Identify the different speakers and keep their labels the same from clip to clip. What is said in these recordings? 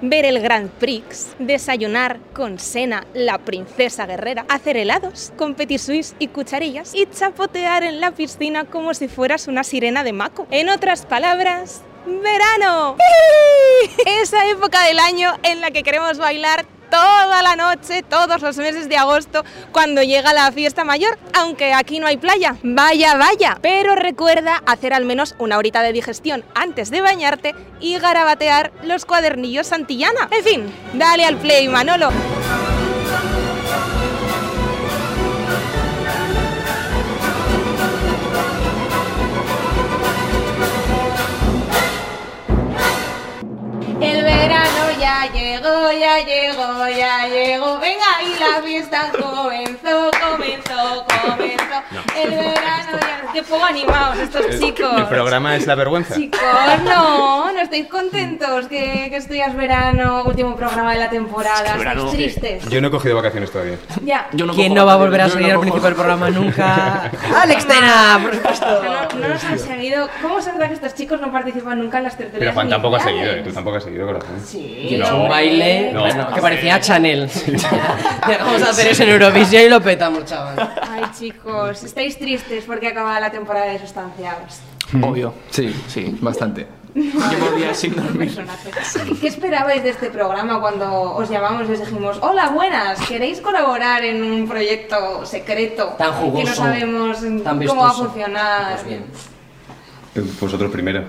Speaker 1: ver el Grand Prix, desayunar con Sena, la princesa guerrera, hacer helados, competir suís y cucharillas y chapotear en la piscina como si fueras una sirena de Mako. En otras palabras, verano. Esa época del año en la que queremos bailar toda la noche, todos los meses de agosto, cuando llega la fiesta mayor, aunque aquí no hay playa. Vaya, vaya. Pero recuerda hacer al menos una horita de digestión antes de bañarte y garabatear los cuadernillos Santillana. En fin, dale al play, Manolo. El verano ya llegó, ya llegó, ya llegó. Venga, y la fiesta comenzó, comenzó, comenzó. El verano ya. Qué poco animados estos chicos.
Speaker 2: El Eh, programa es la vergüenza.
Speaker 1: Chicos, no, no estáis contentos que, que estudias verano, último programa de la temporada. Estáis
Speaker 3: verano, ¿qué?
Speaker 1: tristes.
Speaker 2: Yo no he cogido vacaciones todavía.
Speaker 1: Ya.
Speaker 3: Yo no
Speaker 4: ¿Quién
Speaker 3: cojo
Speaker 4: no va a
Speaker 3: vacaciones,
Speaker 4: volver a
Speaker 3: yo no
Speaker 4: salir al
Speaker 3: cojo-
Speaker 4: principio del programa nunca? ¡Alex Tena, por supuesto!
Speaker 1: No, no nos han seguido. ¿Cómo se nota que estos chicos no participan nunca en las tertulias?
Speaker 2: Pero Juan tampoco ha seguido,
Speaker 1: iniciales?
Speaker 2: ¿eh? tú tampoco has seguido, corazón.
Speaker 4: Y he hecho
Speaker 2: No.
Speaker 4: un baile
Speaker 2: No.
Speaker 4: bueno, que parecía Chanel. Vamos a hacer eso en Eurovisión y lo petamos, chaval.
Speaker 1: Ay, chicos, estáis tristes porque acaba la temporada de sustanciados.
Speaker 3: Obvio.
Speaker 5: Sí, sí, bastante.
Speaker 3: Llevo días sin dormir.
Speaker 1: ¿Qué- ¿Qué esperabais de este programa cuando os llamamos y os dijimos, hola, buenas, ¿queréis colaborar en un proyecto secreto
Speaker 4: Tan jugoso,
Speaker 1: que no sabemos
Speaker 4: tan
Speaker 1: cómo va a
Speaker 4: vistoso"?
Speaker 1: funcionar?
Speaker 4: Pues bien.
Speaker 2: Eh, Vosotros primero.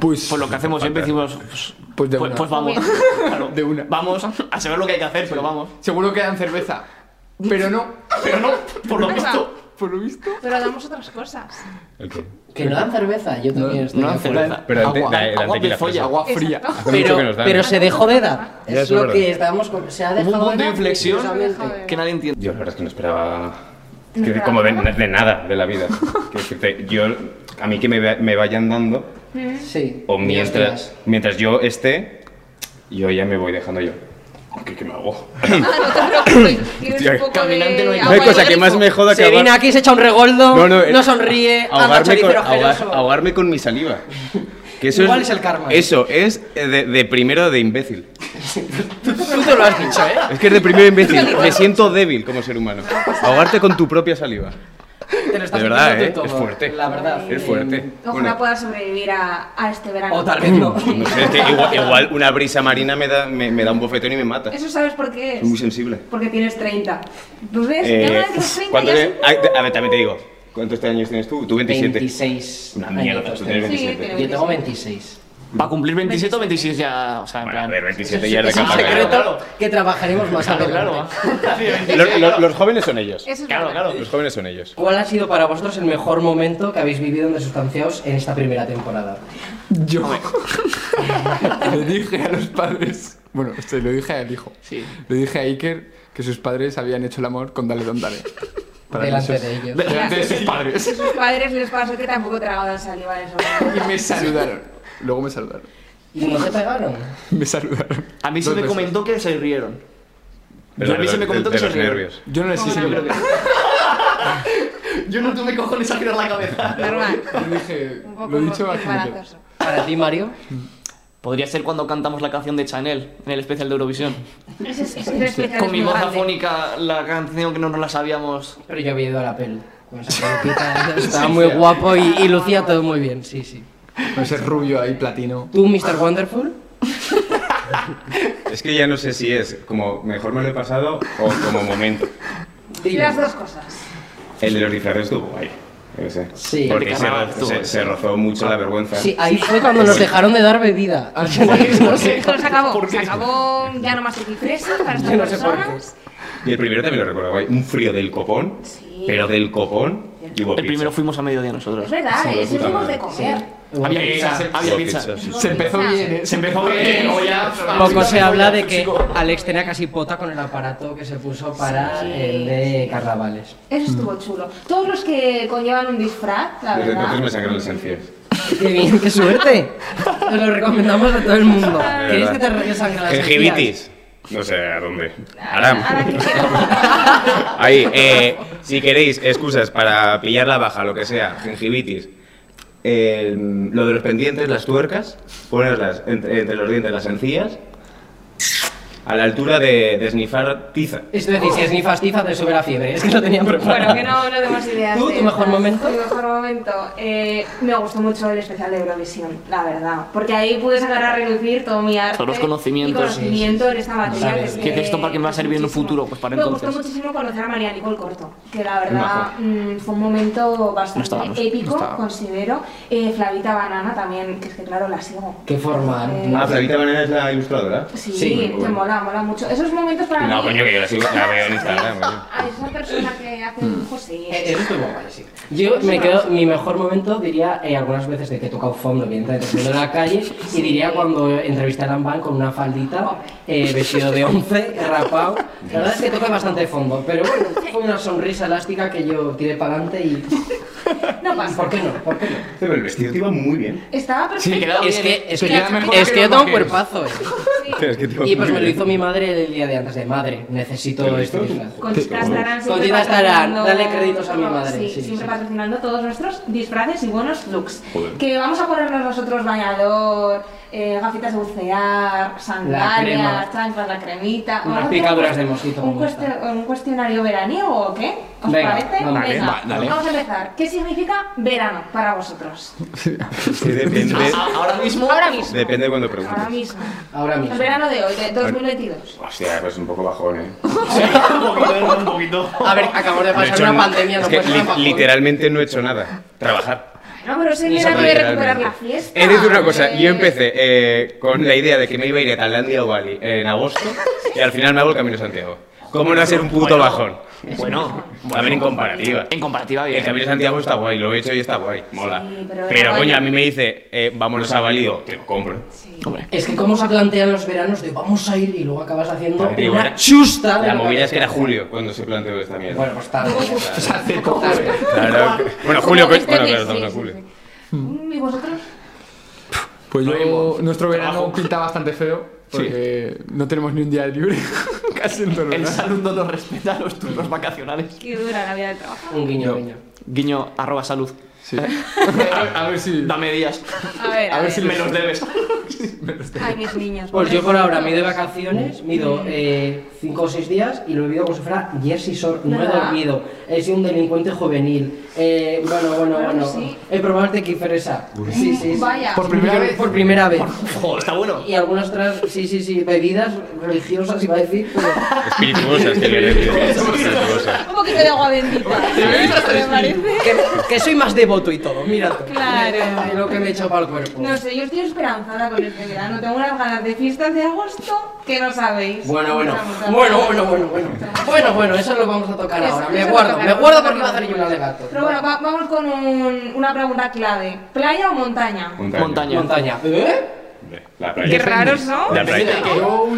Speaker 5: Pues,
Speaker 3: Pues lo que hacemos siempre decimos. Pues,
Speaker 5: Pues de
Speaker 3: pues-
Speaker 5: una.
Speaker 3: pues vamos.
Speaker 1: Bien.
Speaker 3: Claro.
Speaker 5: De una.
Speaker 3: Vamos a saber lo que hay que hacer, pero vamos.
Speaker 5: Seguro que dan cerveza. Pero no,
Speaker 3: Pero no, por lo
Speaker 1: Ahí va.
Speaker 3: visto.
Speaker 5: por lo visto.
Speaker 1: Pero damos otras cosas.
Speaker 2: El que-
Speaker 4: Que no dan cerveza, yo también estoy
Speaker 3: no
Speaker 4: de
Speaker 3: dan
Speaker 4: acuerdo.
Speaker 3: cerveza.
Speaker 2: Pero
Speaker 3: agua,
Speaker 2: antes- la- la
Speaker 3: agua
Speaker 2: tequila
Speaker 3: fría,
Speaker 2: fresa.
Speaker 3: agua fría.
Speaker 1: Exacto. Ah,
Speaker 2: Hace mucho que
Speaker 4: Pero,
Speaker 2: nos dan. ¿eh?
Speaker 4: pero se dejó de dar.
Speaker 2: Ya,
Speaker 4: Es
Speaker 2: eso es
Speaker 4: lo
Speaker 2: verdad.
Speaker 4: que estábamos con- Se ha
Speaker 3: Hubo
Speaker 4: dejado
Speaker 3: un punto de
Speaker 4: dar
Speaker 3: inflexión
Speaker 4: misteriosamente.
Speaker 3: que nadie entiende.
Speaker 2: Yo la verdad es que no esperaba que- como de, de nada de la vida. Quiero decirte, yo, a mí que me, va- me vayan dando,
Speaker 4: Sí.
Speaker 2: o
Speaker 4: Ni
Speaker 2: mientras,
Speaker 4: hostias.
Speaker 2: mientras yo esté, yo ya me voy dejando yo. ¿Qué, qué me hago? Hostia,
Speaker 1: caminante
Speaker 3: no hay-
Speaker 2: No hay cosa que más me joda que
Speaker 4: Se viene aquí, se echa un regoldo,
Speaker 2: No,
Speaker 4: no,
Speaker 2: no, eh,
Speaker 4: sonríe, anda
Speaker 2: ahogarme con,
Speaker 4: choricero
Speaker 2: ahogar-
Speaker 4: asqueroso.
Speaker 2: ahogarme con mi saliva. Que eso
Speaker 4: Igual es el karma.
Speaker 2: Eso es eh, de, de primero de imbécil.
Speaker 4: Tú te lo has dicho, ¿eh?
Speaker 2: Es que es de primero de imbécil. Me siento débil como ser humano. Ahogarte con tu propia saliva.
Speaker 4: Te lo estás
Speaker 2: De verdad,
Speaker 4: metiendo
Speaker 2: ¿eh?
Speaker 4: tú
Speaker 2: Es
Speaker 4: todo,
Speaker 2: fuerte.
Speaker 4: La verdad.
Speaker 2: Es fuerte.
Speaker 1: Ojalá
Speaker 2: Bueno.
Speaker 1: puedas sobrevivir a, a este verano.
Speaker 4: O tal vez no.
Speaker 2: No sé, es que igual, igual una brisa marina me da, me, me da un bofetón y me mata.
Speaker 1: Eso sabes por qué es.
Speaker 2: Soy muy sensible.
Speaker 1: Porque tienes 30. ¿Tú ves?
Speaker 2: Eh,
Speaker 1: Ya van los 30
Speaker 2: ¿cuánto
Speaker 1: ya
Speaker 2: te-
Speaker 1: son-
Speaker 2: a, a ver, también te digo. ¿Cuántos años tienes tú? Tú 27.
Speaker 4: 26.
Speaker 2: Una mierda,
Speaker 4: añitos
Speaker 2: tú
Speaker 4: tengo.
Speaker 2: tienes
Speaker 1: Sí,
Speaker 2: 27.
Speaker 1: tiene-
Speaker 4: Yo tengo 26.
Speaker 3: Para cumplir 27 o 26 ya. O sea, en
Speaker 2: Bueno, a
Speaker 3: plan.
Speaker 2: ver, 27 ya es de
Speaker 4: Es un
Speaker 2: capa caída.
Speaker 4: secreto que trabajaremos más
Speaker 3: Claro,
Speaker 4: adelante.
Speaker 3: claro. Casi
Speaker 2: Los,
Speaker 3: 26,
Speaker 2: los- los jóvenes son ellos.
Speaker 1: Eso es
Speaker 3: Claro,
Speaker 1: verdad.
Speaker 3: claro.
Speaker 2: Los jóvenes son ellos.
Speaker 4: ¿Cuál ha sido para vosotros el mejor momento que habéis vivido en Resustanciados en esta primera temporada?
Speaker 5: Yo le dije a los padres, bueno, se lo dije al hijo,
Speaker 3: Sí.
Speaker 5: le dije a Iker que sus padres habían hecho el amor con Dale Don Dale.
Speaker 4: Delante
Speaker 5: sus-
Speaker 4: de ellos.
Speaker 5: Delante de sus
Speaker 1: A
Speaker 5: padres.
Speaker 1: sus padres les pasó que tampoco tragaban saliva de eso.
Speaker 5: Y me saludaron. Luego me saludaron.
Speaker 4: ¿Y no te pegaron?
Speaker 5: Me saludaron.
Speaker 3: A mí se
Speaker 5: Dos
Speaker 3: me
Speaker 5: veces.
Speaker 3: comentó que se rieron.
Speaker 2: Pero
Speaker 3: a mí
Speaker 2: de
Speaker 3: se me
Speaker 2: los-
Speaker 3: comentó
Speaker 2: de-
Speaker 3: que
Speaker 2: de
Speaker 3: se
Speaker 2: los
Speaker 3: rieron.
Speaker 2: nervios.
Speaker 5: Yo no les hice
Speaker 1: Hola.
Speaker 5: llorar.
Speaker 3: Yo no tuve cojones a girar la cabeza.
Speaker 1: Normal.
Speaker 5: Le dije,
Speaker 1: Un poco
Speaker 5: lo he dicho a
Speaker 1: embarazoso.
Speaker 4: ¿Para ti, Mario?
Speaker 3: Podría ser cuando cantamos la canción de Chanel en el especial de Eurovisión.
Speaker 1: Ese es- ese especial es
Speaker 3: Con mi
Speaker 1: muy
Speaker 3: voz
Speaker 1: grande.
Speaker 3: afónica, la canción que no nos la sabíamos.
Speaker 4: Pero yo había ido a la peli. Con esa peluquita, Estaba muy guapo y, y lucía todo muy bien, sí, sí.
Speaker 5: No sé, rubio ahí, platino.
Speaker 4: ¿Tú, Mr. Wonderful?
Speaker 2: Es que ya no sé si es como mejor me lo he pasado o como momento.
Speaker 1: Y las dos cosas.
Speaker 2: El de los disfraces estuvo guay. Yo qué sé.
Speaker 4: Sí.
Speaker 2: Porque se,
Speaker 3: Carnaval
Speaker 2: ro-
Speaker 3: estuvo,
Speaker 2: se-
Speaker 3: sí.
Speaker 2: se rozó mucho la vergüenza.
Speaker 4: Sí, ah. ahí fue cuando nos dejaron de dar bebida. Yo no sé.
Speaker 1: Pero Pues se acabó. Se acabó ya no más equifresas para estas
Speaker 4: Yo no sé por
Speaker 1: personas.
Speaker 2: Y el primero también lo recuerdo guay. Un frío del copón.
Speaker 1: Sí.
Speaker 2: Pero del copón. Y hubo
Speaker 3: El
Speaker 2: pizza.
Speaker 3: primero fuimos a mediodía nosotros.
Speaker 1: Es verdad,
Speaker 2: Sí, de
Speaker 1: ese
Speaker 2: puta
Speaker 1: fuimos
Speaker 2: madre.
Speaker 1: de comer.
Speaker 3: Había
Speaker 5: Eh,
Speaker 3: pizza,
Speaker 5: se-
Speaker 3: había
Speaker 2: Hubo
Speaker 3: pizza.
Speaker 2: sí.
Speaker 5: Se empezó bien, ¿eh?
Speaker 3: Se empezó bien, luego ya.
Speaker 4: Poco se habla de que Alex tenía casi pota con el aparato que se puso para el de carnavales.
Speaker 1: Eso estuvo chulo. Todos los que conllevan un disfraz, la
Speaker 2: Desde entonces
Speaker 1: verdad.
Speaker 2: me sangran las encías.
Speaker 4: ¡Qué bien, qué suerte! Te lo recomendamos a todo el mundo. ¿Quieres que te regresan a las encías?
Speaker 2: Gengivitis. No sé a dónde. Aram.
Speaker 1: Ahora que quiero.
Speaker 2: Ahí, eh, si queréis excusas para pillar la baja, lo que sea, gengivitis, eh, lo de los pendientes, las tuercas, ponerlas entre, entre los dientes, las encías, a la altura de, de snifar tiza.
Speaker 4: Es decir, si es ni fastiza te sube la fiebre. Es que lo tenían preparado.
Speaker 1: Bueno, que no, no tenemos ideas.
Speaker 4: ¿Tú,
Speaker 1: de
Speaker 4: tu mejor
Speaker 1: estas.
Speaker 4: momento?
Speaker 1: Mi mejor momento. Eh, me gustó mucho el especial de Eurovisión, la verdad. Porque ahí pude sacar a relucir todo mi arte.
Speaker 3: Todos los conocimientos.
Speaker 1: Y conocimiento en esta materia.
Speaker 4: Sabes,
Speaker 1: que es
Speaker 3: ¿qué es
Speaker 1: que-
Speaker 3: esto para qué me va a servir en un
Speaker 1: muchísimo.
Speaker 3: futuro? Pues para
Speaker 1: me
Speaker 3: entonces.
Speaker 1: gustó muchísimo conocer a María Nicole Corto. Que la verdad
Speaker 2: Majo.
Speaker 1: mm, fue un momento bastante
Speaker 3: estábamos, no
Speaker 1: épico,
Speaker 5: estábamos.
Speaker 1: considero. Eh, Flavita Banana también, que es que claro, la sigo.
Speaker 4: Qué formal.
Speaker 1: Eh,
Speaker 2: Ah, Flavita Banana es la ilustradora.
Speaker 1: Sí,
Speaker 4: Sí, muy
Speaker 1: te
Speaker 2: bueno.
Speaker 1: mola, mola mucho. Esos momentos para
Speaker 2: No,
Speaker 1: mí.
Speaker 2: coño, que yo la sigo, la veo en Instagram. coño.
Speaker 1: A esa persona que hace
Speaker 3: Hmm.
Speaker 1: dibujos, sí.
Speaker 4: Eh, Eso estuvo guay, sí. Yo me quedo, mi mejor momento diría eh, algunas veces de que he tocado fondo, evidentemente, saliendo a la calle, y diría cuando entrevisté a Lambán con una faldita, eh, vestido de once, rapado. La verdad es que toca bastante fondo, pero bueno, fue una sonrisa elástica que yo tiré para adelante y.
Speaker 1: No pasa.
Speaker 4: eh, ¿Por qué no? ¿Por qué no?
Speaker 2: Pero el vestido te iba muy bien.
Speaker 1: Estaba perfecto.
Speaker 5: queda bien, ¿eh? Se queda mejor
Speaker 4: es que yo tengo un
Speaker 5: lo que es.
Speaker 4: cuerpazo, eh.
Speaker 2: Es que te iba
Speaker 4: Y pues
Speaker 2: muy
Speaker 4: me lo
Speaker 2: bien.
Speaker 4: hizo mi madre el día de antes de madre. Necesito
Speaker 2: ¿Te
Speaker 4: este
Speaker 2: lo hizo?
Speaker 4: disfraz.
Speaker 1: Conchita estarán siempre
Speaker 4: Conchita Estarán,
Speaker 1: patrocinando-
Speaker 4: dale créditos a mi madre,
Speaker 1: Sí,
Speaker 4: sí,
Speaker 1: siempre
Speaker 4: sí.
Speaker 1: patrocinando todos nuestros disfraces y buenos looks.
Speaker 2: Joder.
Speaker 1: Que vamos a ponernos nosotros bañador, eh, gafitas de bucear,
Speaker 4: crema.
Speaker 1: sandalias, chanclas, la cremita.
Speaker 4: Unas
Speaker 1: Vamos a hacer
Speaker 4: picaduras
Speaker 1: un-
Speaker 4: de mosquito,
Speaker 1: Un,
Speaker 4: me gusta.
Speaker 1: cuestio- un cuestionario veraniego o qué? ¿Os
Speaker 4: Venga,
Speaker 1: parece?
Speaker 4: vamos.
Speaker 5: Vale,
Speaker 1: Venga,
Speaker 5: va, dale.
Speaker 1: Vamos a empezar. ¿Qué significa verano para vosotros?
Speaker 2: Es que depende,
Speaker 3: Ah, Ahora mismo.
Speaker 1: Ahora mismo.
Speaker 2: depende de cuando
Speaker 1: Ahora
Speaker 2: preguntes.
Speaker 1: mismo.
Speaker 4: Ahora mismo.
Speaker 1: El verano de hoy, de 2022.
Speaker 2: Hostia, pues un poco bajón, eh.
Speaker 3: un poquito.
Speaker 4: A ver, acabamos
Speaker 2: No
Speaker 4: de
Speaker 2: he
Speaker 4: pasar
Speaker 2: hecho
Speaker 4: una
Speaker 2: ni-
Speaker 4: pandemia, no
Speaker 2: es que
Speaker 4: puede ser
Speaker 2: li-
Speaker 4: una bajón.
Speaker 2: literalmente no he hecho nada. Trabajar.
Speaker 1: No, pero ese
Speaker 4: Ni
Speaker 1: verano voy a
Speaker 2: Literalmente.
Speaker 1: recuperar la fiesta.
Speaker 2: He de decir una cosa,
Speaker 1: eh.
Speaker 2: yo empecé eh, con la idea de que me iba a ir a Tailandia o Bali eh, en agosto y al final me hago el Camino de Santiago. ¿Cómo no ser un puto
Speaker 3: Bueno.
Speaker 2: bajón?
Speaker 3: Bueno,
Speaker 2: A ver, en comparativa.
Speaker 3: en comparativa,
Speaker 2: El
Speaker 3: bien.
Speaker 2: Camino de Santiago está guay, lo he hecho y está guay, mola.
Speaker 1: Sí, pero
Speaker 2: pero
Speaker 1: era guay.
Speaker 2: coño, a mí me dice, eh, vámonos a Bali, digo, te lo compro.
Speaker 3: Hombre.
Speaker 4: Es que cómo se plantean los veranos de vamos a ir y luego acabas haciendo
Speaker 2: Hombre,
Speaker 4: una
Speaker 2: bueno,
Speaker 4: chusta. de
Speaker 2: La
Speaker 4: lo
Speaker 2: movida
Speaker 4: que
Speaker 2: es que era
Speaker 4: sea.
Speaker 2: julio cuando se planteó esta mierda.
Speaker 4: Bueno, pues tarde. ya está.
Speaker 2: Claro, bueno, julio,
Speaker 1: Como
Speaker 2: bueno,
Speaker 1: este
Speaker 2: claro,
Speaker 1: mes,
Speaker 2: estamos
Speaker 1: sí,
Speaker 2: en
Speaker 1: sí,
Speaker 2: julio.
Speaker 1: sí. Mm, ¿Y vosotros?
Speaker 5: Pues yo,
Speaker 3: Ritmo,
Speaker 5: nuestro verano
Speaker 3: trabajo.
Speaker 5: pinta bastante feo porque no tenemos ni un día libre, casi en todo el
Speaker 3: El
Speaker 5: verano.
Speaker 3: salud no nos respeta los turnos vacacionales.
Speaker 1: Qué dura la vida del trabajo.
Speaker 4: Un guiño,
Speaker 5: No.
Speaker 4: guiño.
Speaker 3: Guiño, arroba salud.
Speaker 5: Sí. a, a ver si.
Speaker 3: Dame días.
Speaker 1: A ver,
Speaker 5: A ver si
Speaker 3: Me los debes.
Speaker 1: Ay, mis niños.
Speaker 4: Pues yo por ahora mido de vacaciones, mido 5 o 6 días y lo he vivido como si fuera Jersey Shore. No he
Speaker 1: ¿Verdad?
Speaker 4: dormido, he sido un delincuente juvenil. Eh, bueno, bueno,
Speaker 1: Claro que
Speaker 4: bueno.
Speaker 1: sí.
Speaker 4: He probado el tequifresa. Sí, sí, sí.
Speaker 1: Vaya.
Speaker 5: Por primera vez.
Speaker 4: Por primera vez.
Speaker 3: Joder, está bueno.
Speaker 4: Y algunas otras, sí, sí, sí, bebidas religiosas, iba a decir, pero...
Speaker 2: Espirituosas, que le decía. Espirituosas.
Speaker 1: Un poquito de agua bendita. ¿Me parece?
Speaker 4: que, que soy más devoto y todo, mira tú.
Speaker 1: Claro.
Speaker 4: De lo que me he hecho para el cuerpo.
Speaker 1: No sé, yo estoy esperanzada con este verano. Tengo unas ganas de fiestas de agosto que no sabéis.
Speaker 4: Bueno, bueno,
Speaker 1: Vamos a-
Speaker 4: bueno, bueno, bueno, bueno, bueno, bueno, eso lo vamos a tocar
Speaker 1: Eso-
Speaker 4: ahora.
Speaker 1: eso
Speaker 4: Me
Speaker 1: lo
Speaker 4: guardo, me
Speaker 1: tocaremos,
Speaker 4: guardo
Speaker 1: lo
Speaker 4: porque iba a hacer yo
Speaker 1: tocaremos.
Speaker 4: una de gato.
Speaker 1: Pero bueno, va- vamos con un- una pregunta clave. ¿Playa o montaña?
Speaker 3: Montaña.
Speaker 4: montaña. ¿Eh?
Speaker 2: La
Speaker 1: Qué
Speaker 2: playa.
Speaker 1: raros, ¿no?
Speaker 2: La playa.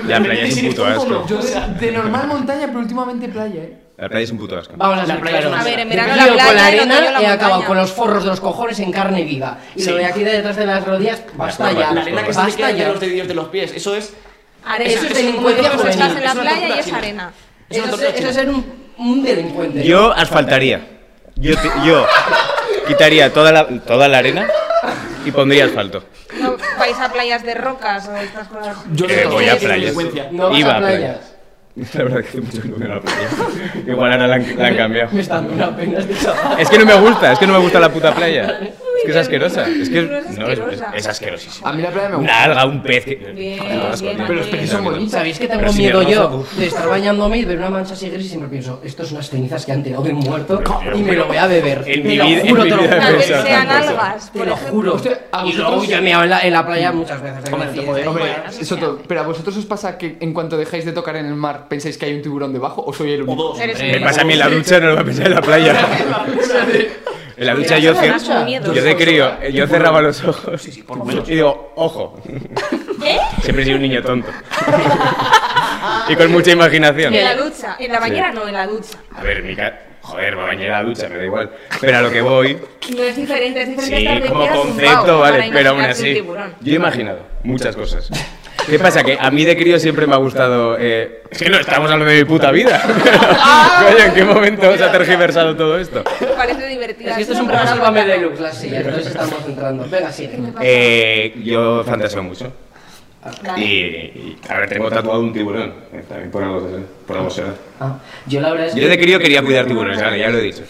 Speaker 2: La playa es un puto asco.
Speaker 5: Yo de, de normal montaña, pero últimamente playa, ¿eh?
Speaker 2: La playa es un puto asco.
Speaker 4: Vamos a
Speaker 3: La
Speaker 4: ser
Speaker 3: playa es
Speaker 4: claros.
Speaker 3: una- A ver,
Speaker 1: en verano
Speaker 4: He
Speaker 1: la
Speaker 4: vivido
Speaker 1: playa,
Speaker 4: con la
Speaker 1: en
Speaker 4: arena
Speaker 1: otoño la
Speaker 4: he
Speaker 1: montaña.
Speaker 4: acabado con los forros de los cojones en carne viva. Y lo de aquí de detrás de las rodillas, basta
Speaker 2: Las
Speaker 4: ya.
Speaker 2: curvas,
Speaker 3: La arena que se te
Speaker 4: basta
Speaker 3: queda entre
Speaker 4: ya.
Speaker 3: los dedillos de los pies. Eso es.
Speaker 1: Arena.
Speaker 4: Eso es
Speaker 1: un
Speaker 4: delincuencia
Speaker 1: hueco,
Speaker 4: juvenil.
Speaker 1: Estás en la
Speaker 3: Es una
Speaker 1: playa y
Speaker 3: tortura
Speaker 1: es
Speaker 3: china.
Speaker 1: arena.
Speaker 3: Es una
Speaker 4: Eso es,
Speaker 3: tortura
Speaker 4: eso es
Speaker 3: china.
Speaker 4: ser un, un delincuente.
Speaker 2: Yo asfaltaría. Yo, te- yo quitaría toda la, toda la arena y pondría asfalto.
Speaker 1: No vais a playas de rocas o estas cosas.
Speaker 5: Yo
Speaker 2: Eh,
Speaker 5: no-
Speaker 2: voy a
Speaker 5: sí,
Speaker 2: playas.
Speaker 3: delincuencia.
Speaker 4: No vas
Speaker 2: Iba
Speaker 4: a
Speaker 2: a
Speaker 4: playas.
Speaker 2: La verdad que hace mucho que no voy a la playa. Igual ahora la han, la han cambiado.
Speaker 4: Me está dando una pena este chaval.
Speaker 2: Es que no me gusta, es que no me gusta la puta playa. Es que es asquerosa. Es que
Speaker 1: No es
Speaker 2: no, es, es,
Speaker 1: asquerosa.
Speaker 2: es asquerosísima.
Speaker 5: A mí la playa me gusta.
Speaker 2: Una alga, un pez. que-
Speaker 1: Bien,
Speaker 2: Joder, no, asco,
Speaker 1: bien,
Speaker 2: tío.
Speaker 1: Pero los
Speaker 5: peces son bonitos.
Speaker 4: ¿Sabéis que tengo
Speaker 2: Pero si
Speaker 4: miedo
Speaker 2: me
Speaker 4: yo
Speaker 2: roza, uf.
Speaker 4: de estar bañándome y ver una mancha así gris y siempre pienso, esto es unas cenizas que han tirado de un muerto
Speaker 2: Pero-
Speaker 4: y me lo voy a beber?
Speaker 2: En
Speaker 4: Te
Speaker 2: mi
Speaker 4: lo
Speaker 2: vida- en
Speaker 4: juro,
Speaker 2: mi
Speaker 4: te lo
Speaker 2: vida he
Speaker 4: juro.
Speaker 1: Tal vez
Speaker 2: pensado.
Speaker 1: sean algas,
Speaker 4: Te
Speaker 1: por
Speaker 4: lo
Speaker 1: ejemplo.
Speaker 4: juro.
Speaker 5: Hostia, a
Speaker 4: Y luego
Speaker 5: vosotros-
Speaker 4: yo me he meado en Mm. la, en la playa muchas veces. tengo que decir, ¿eh?
Speaker 5: Hombre, eso todo. Pero a vosotros os pasa que en cuanto dejáis de tocar en el mar, pensáis que hay un tiburón debajo o soy el
Speaker 3: O
Speaker 5: único.
Speaker 3: dos.
Speaker 1: Eres
Speaker 2: Me pasa a mí en la ducha, no lo va a pensar en la playa. En la ducha yo,
Speaker 1: Pero
Speaker 2: cer-
Speaker 1: con miedo.
Speaker 2: yo de crío, eh, yo cerraba los ojos
Speaker 3: por lo menos.
Speaker 2: y digo, ojo.
Speaker 1: ¿Qué?
Speaker 2: Siempre he sido un niño tonto. y con mucha imaginación.
Speaker 1: En la ducha. En la bañera no, en la ducha.
Speaker 2: A ver, mi ca- Joder, me bañé en la ducha, me da igual. Pero a lo que voy,
Speaker 1: No es diferente, es diferente
Speaker 2: sí,
Speaker 1: estar de
Speaker 2: como
Speaker 1: pie
Speaker 2: concepto,
Speaker 1: tumbado
Speaker 2: vale,
Speaker 1: para
Speaker 2: pero aún
Speaker 1: imaginarse un
Speaker 2: así.
Speaker 1: tiburón.
Speaker 2: Yo he imaginado muchas cosas. ¿Qué pasa? Que a mí de crío siempre me ha gustado. eh, Es que no estamos hablando de mi puta vida.
Speaker 1: Ah.
Speaker 2: Coño, ¿en qué momento se ha tergiversado todo esto?
Speaker 1: Parece divertido.
Speaker 4: Es que esto es un programa Sálvame Deluxe, la silla, entonces estamos entrando. Venga, sí.
Speaker 2: Eh, yo Eh, fantaseo mucho.
Speaker 1: Vale.
Speaker 2: Y, y, a ver, tengo tatuado un tiburón. eh, También por algo, de- por algo será.
Speaker 4: Ah, yo la verdad es que...
Speaker 2: Yo de crío quería cuidar tiburones, vale, ya lo he dicho.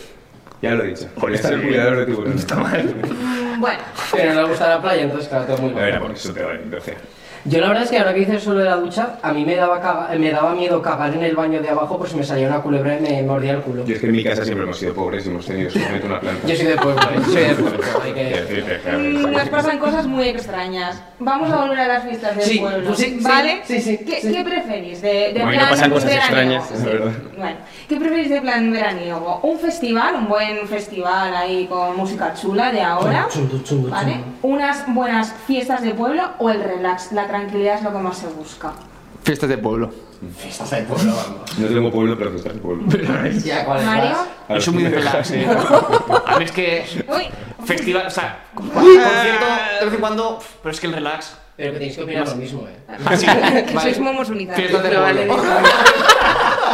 Speaker 2: Ya lo he dicho. Por estar cuidador de tiburones. Está mal.
Speaker 1: Mm, Bueno,
Speaker 4: Pero no le gusta la playa, entonces claro, todo muy
Speaker 2: A
Speaker 4: mal.
Speaker 2: ver, por eso te doy, entonces.
Speaker 4: Yo la verdad es que ahora que dices solo de la ducha, a mí me daba, caga- me daba miedo cagar en el baño de abajo por si me salía una culebra y me mordía el culo.
Speaker 2: Yo es que en mi casa siempre hemos sido pobres y hemos tenido solamente una planta.
Speaker 4: Yo soy de pueblo, ¿eh? soy de pueblo. Hay
Speaker 2: Quiero
Speaker 4: que...
Speaker 2: decirte, claro,
Speaker 1: Mm,
Speaker 2: estamos-
Speaker 1: Nos pasan cosas muy extrañas. Vamos a volver a las fiestas del
Speaker 4: Sí,
Speaker 1: pueblo.
Speaker 4: pues sí, sí,
Speaker 1: ¿Vale?
Speaker 4: sí, sí,
Speaker 1: ¿Qué,
Speaker 4: sí.
Speaker 1: qué preferís? De, de
Speaker 2: Bueno, y no
Speaker 1: plan
Speaker 2: pasan cosas
Speaker 1: veraniego?
Speaker 2: extrañas, es verdad.
Speaker 1: Bueno, ¿qué preferís de plan veraniego? ¿Un festival, un buen festival ahí con música chula de ahora?
Speaker 4: Chum, chum, chum, chum.
Speaker 1: ¿Vale? ¿Unas buenas fiestas de pueblo o el relax? La tranquilidad es lo que más se busca.
Speaker 5: Fiestas de pueblo.
Speaker 4: Fiestas de pueblo, vamos.
Speaker 2: No tengo pueblo, pero está el pueblo.
Speaker 4: Ya, pues, ¿cuál es?
Speaker 1: ¿Mario?
Speaker 2: A los
Speaker 5: Yo soy muy de
Speaker 2: tíos.
Speaker 5: relax, eh.
Speaker 3: A ver, Ah, es que.
Speaker 1: Uy,
Speaker 3: Festival, o sea, concierto de vez en cuando, pero es que el relax.
Speaker 4: Pero que tenéis que opinar lo mismo, ¿eh?
Speaker 3: Así,
Speaker 1: que
Speaker 3: vale.
Speaker 1: sois momos unitarios.
Speaker 5: Fiestas de
Speaker 1: pero
Speaker 5: pueblo.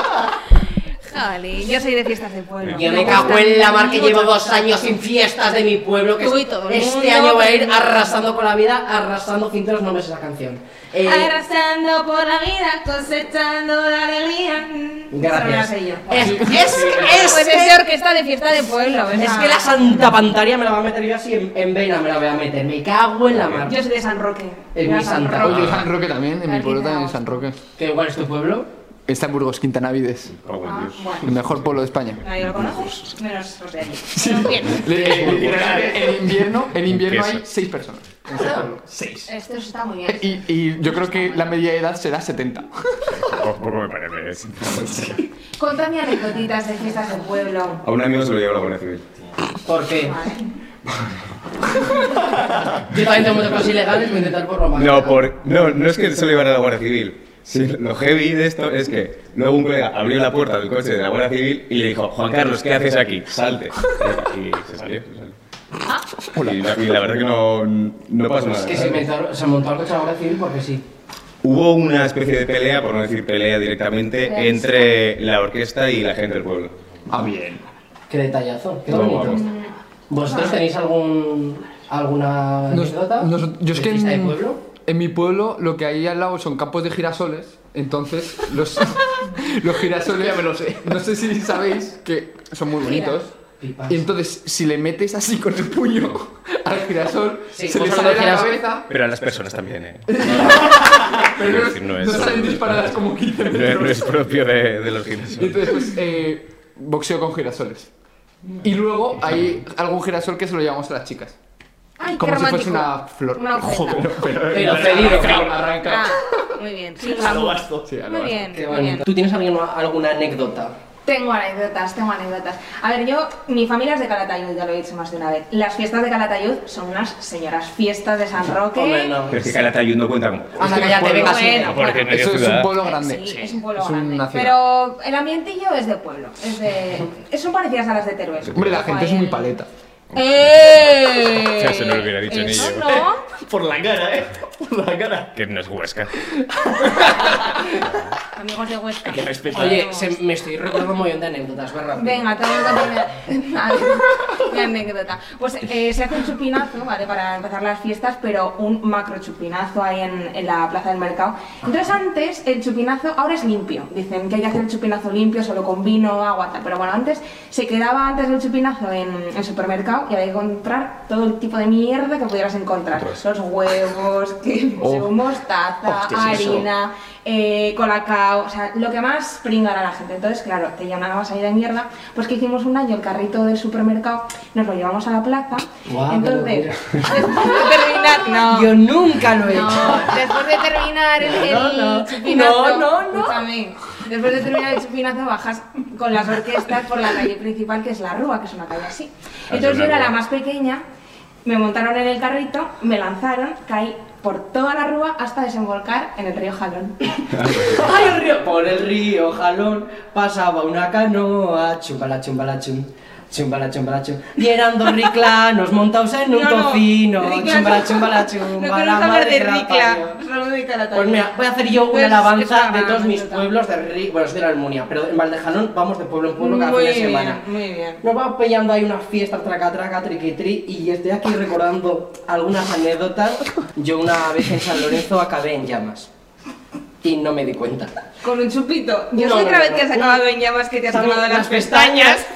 Speaker 1: Jolín, yo soy de fiestas de pueblo.
Speaker 4: Yo me
Speaker 1: Me
Speaker 4: cago
Speaker 1: gustan
Speaker 4: en la mar que
Speaker 1: mucho.
Speaker 4: llevo dos años sin fiestas de mi pueblo. Que
Speaker 1: Tú y todo el
Speaker 4: este
Speaker 1: mundo.
Speaker 4: año voy a ir arrasando con la vida, arrasando cinturas, no me sé esa canción. Eh,
Speaker 1: Arrasando por la vida, cosechando la alegría. Mm,
Speaker 4: Gracias.
Speaker 1: eso no lo sé yo.
Speaker 4: Es, es, es,
Speaker 1: Pues es de orquesta de fiesta de pueblo, ¿verdad?
Speaker 4: es que la Santa Pantaria me la va a meter yo así en, en vena, me la voy a meter. Me cago en la mar.
Speaker 1: Yo soy de San Roque.
Speaker 4: Es
Speaker 1: Yo
Speaker 4: muy
Speaker 1: a San
Speaker 2: Ah.
Speaker 4: santa.
Speaker 1: Roque.
Speaker 5: Yo San Roque también, en mi
Speaker 1: Alguien
Speaker 5: pueblo
Speaker 1: de
Speaker 5: también en
Speaker 1: Agosto.
Speaker 5: San Roque.
Speaker 4: ¿Qué igual es tu pueblo?
Speaker 5: Está en Burgos, Quintanavides.
Speaker 2: Oh, buen
Speaker 1: Ah,
Speaker 2: Dios.
Speaker 5: El
Speaker 1: bueno.
Speaker 5: mejor pueblo de España.
Speaker 1: Nadie lo conoce, menos los de allí. Pero bien,
Speaker 5: En invierno, en invierno
Speaker 2: Empieza.
Speaker 5: hay seis personas. en ese pueblo. Seis.
Speaker 1: esto está muy bien.
Speaker 5: Y, y yo creo que la media de edad será 70.
Speaker 2: Oh, Poco me parece. es-
Speaker 1: Contadme anecdotitas de fiestas de pueblo.
Speaker 2: A un amigo se lo lleva la Guardia Civil.
Speaker 4: ¿Por qué?
Speaker 1: Vale.
Speaker 4: Yo también tengo muchas cosas ilegales, voy a intentar por Roma.
Speaker 2: No, por, no, no es que se lo llevara a la Guardia Civil. Sí, lo heavy de esto es que luego un colega abrió la puerta del coche de la Guardia Civil y le dijo, Juan Carlos, ¿qué haces aquí? Salte. Y se salió. se salió. Ah. Y, la, y la verdad que no, no pasó nada.
Speaker 4: Es que se, inventaron- se montó el coche a la Guardia Civil porque sí.
Speaker 2: Hubo una especie de pelea, por no decir pelea directamente, entre la orquesta y la gente del pueblo.
Speaker 5: Ah, bien.
Speaker 4: Qué detallazo, qué
Speaker 2: Todo
Speaker 4: bonito.
Speaker 2: guapo.
Speaker 4: ¿Vosotros tenéis algún, alguna
Speaker 5: Nos-
Speaker 4: anécdota?
Speaker 5: nos- yo es
Speaker 4: de
Speaker 5: que
Speaker 4: fiesta de
Speaker 5: en,
Speaker 4: pueblo?
Speaker 5: en mi pueblo lo que hay al lado son campos de girasoles, entonces los, los girasoles, no sé si sabéis que son muy bonitos.
Speaker 4: Pipas.
Speaker 5: Y entonces, si le metes así con el puño al girasol,
Speaker 4: Sí,
Speaker 5: se le
Speaker 4: vamos a
Speaker 5: sale
Speaker 4: los
Speaker 5: la
Speaker 4: girasoles.
Speaker 5: cabeza,
Speaker 2: Pero a las personas también, ¿eh?
Speaker 5: pero
Speaker 2: decir, no
Speaker 5: no,
Speaker 2: es-
Speaker 5: salen disparadas como 15
Speaker 2: No es, no
Speaker 5: metros.
Speaker 2: es propio de, de los
Speaker 5: Y
Speaker 2: girasoles.
Speaker 5: entonces, pues, eh, boxeo con girasoles. Y luego hay algún girasol que se lo llevamos a las chicas.
Speaker 1: Ay, qué
Speaker 5: como si
Speaker 1: romántico.
Speaker 5: fuese una flor.
Speaker 1: Una ofrenda.
Speaker 4: Pero cedido,
Speaker 5: Arranca.
Speaker 1: Ah, muy bien. sí,
Speaker 5: Sí, a lo
Speaker 1: Muy
Speaker 5: basta.
Speaker 1: bien,
Speaker 4: Qué
Speaker 1: muy bien.
Speaker 4: bonito. ¿Tú tienes alguna, alguna anécdota?
Speaker 1: Tengo anécdotas, tengo anécdotas. A ver, yo, mi familia es de Calatayud, ya lo he dicho más de una vez. Las fiestas de Calatayud son unas señoras fiestas de San Roque.
Speaker 4: Hombre, no.
Speaker 2: Pero es que Calatayud no cuenta como...
Speaker 4: Anda, cállate,
Speaker 5: Bueno,
Speaker 4: venga, sí.
Speaker 1: bueno,
Speaker 2: Porque medio
Speaker 5: Eso es un
Speaker 2: ciudad.
Speaker 5: pueblo
Speaker 1: Eh,
Speaker 5: grande.
Speaker 1: Sí, es un pueblo
Speaker 5: es
Speaker 1: grande.
Speaker 5: una ciudad.
Speaker 1: Pero el ambientillo es de pueblo. Es de... Son parecidas a las de Teruel.
Speaker 5: Hombre, la gente es muy
Speaker 1: Guay.
Speaker 5: paleta.
Speaker 1: ¡Eh!
Speaker 2: Ya se lo hubiera dicho ni
Speaker 1: Eso
Speaker 2: yo.
Speaker 1: no.
Speaker 3: Por la cara, eh. Por la cara.
Speaker 2: Que no es Huesca.
Speaker 1: Amigos de Huesca.
Speaker 3: Que respeta.
Speaker 4: Oye, se- me estoy recordando un montón de anécdotas, va rápido.
Speaker 1: Venga, te voy a contar una- a ver, una anécdota. Pues eh, se hace un chupinazo, ¿vale? Para empezar las fiestas, pero un macro chupinazo ahí en, en la plaza del mercado. Entonces antes el chupinazo ahora es limpio. Dicen que hay que hacer el chupinazo limpio, solo con vino, agua, tal. Pero bueno, antes se quedaba antes del chupinazo en el supermercado y había que comprar todo el tipo de mierda que pudieras encontrar. Los huevos, queso, mostaza, harina, eh, colacao, o sea, lo que más pringara a la gente. Entonces, claro, te llamabas ahí de mierda. Pues que hicimos un año el carrito del supermercado, nos lo llevamos a la plaza.
Speaker 4: Guau,
Speaker 1: Entonces, después de terminar, no.
Speaker 4: Yo nunca lo he hecho.
Speaker 1: No, después de terminar el, el
Speaker 4: No, no.
Speaker 1: chupinazo,
Speaker 4: No, no, no.
Speaker 1: escúchame, después de terminar el chupinazo bajas con las orquestas por la calle principal que es la Rúa, que es una calle así.
Speaker 2: Ah,
Speaker 1: Entonces
Speaker 2: es
Speaker 1: yo
Speaker 2: una
Speaker 1: era
Speaker 2: rúa.
Speaker 1: la más pequeña, me montaron en el carrito, me lanzaron, caí por toda la Rúa hasta desembolcar en el río Jalón.
Speaker 4: Ay, el río. Por el río Jalón pasaba una canoa, chumbala, chumbala, chum. chumbala, chumbala, chum. Y eran dos riclanos montados en un
Speaker 1: No, no,
Speaker 4: tocino.
Speaker 1: Ricla,
Speaker 4: chumbala,
Speaker 1: no.
Speaker 4: chumbala,
Speaker 1: No
Speaker 4: chumbala.
Speaker 1: quiero
Speaker 4: madre
Speaker 1: saber de
Speaker 4: que la parió.
Speaker 1: Ricla, solo de Calatayud.
Speaker 4: Pues mira, voy a hacer yo
Speaker 1: Pues,
Speaker 4: una alabanza
Speaker 1: es
Speaker 4: de todos mis
Speaker 1: anécdota.
Speaker 4: pueblos de Ri- Bueno, soy de la Almunia, pero en Valdejalón vamos de pueblo en pueblo cada
Speaker 1: Muy
Speaker 4: fin de
Speaker 1: bien,
Speaker 4: semana.
Speaker 1: muy bien.
Speaker 4: Nos vamos pillando ahí unas fiestas traca traca triqui tri y estoy aquí recordando algunas anécdotas. Yo una vez en San Lorenzo acabé en llamas y no me di cuenta.
Speaker 1: Con un chupito. Yo
Speaker 4: No,
Speaker 1: sé
Speaker 4: no,
Speaker 1: otra
Speaker 4: no,
Speaker 1: vez que has
Speaker 4: no.
Speaker 1: acabado en llamas que te has
Speaker 4: También
Speaker 1: quemado las pestañas.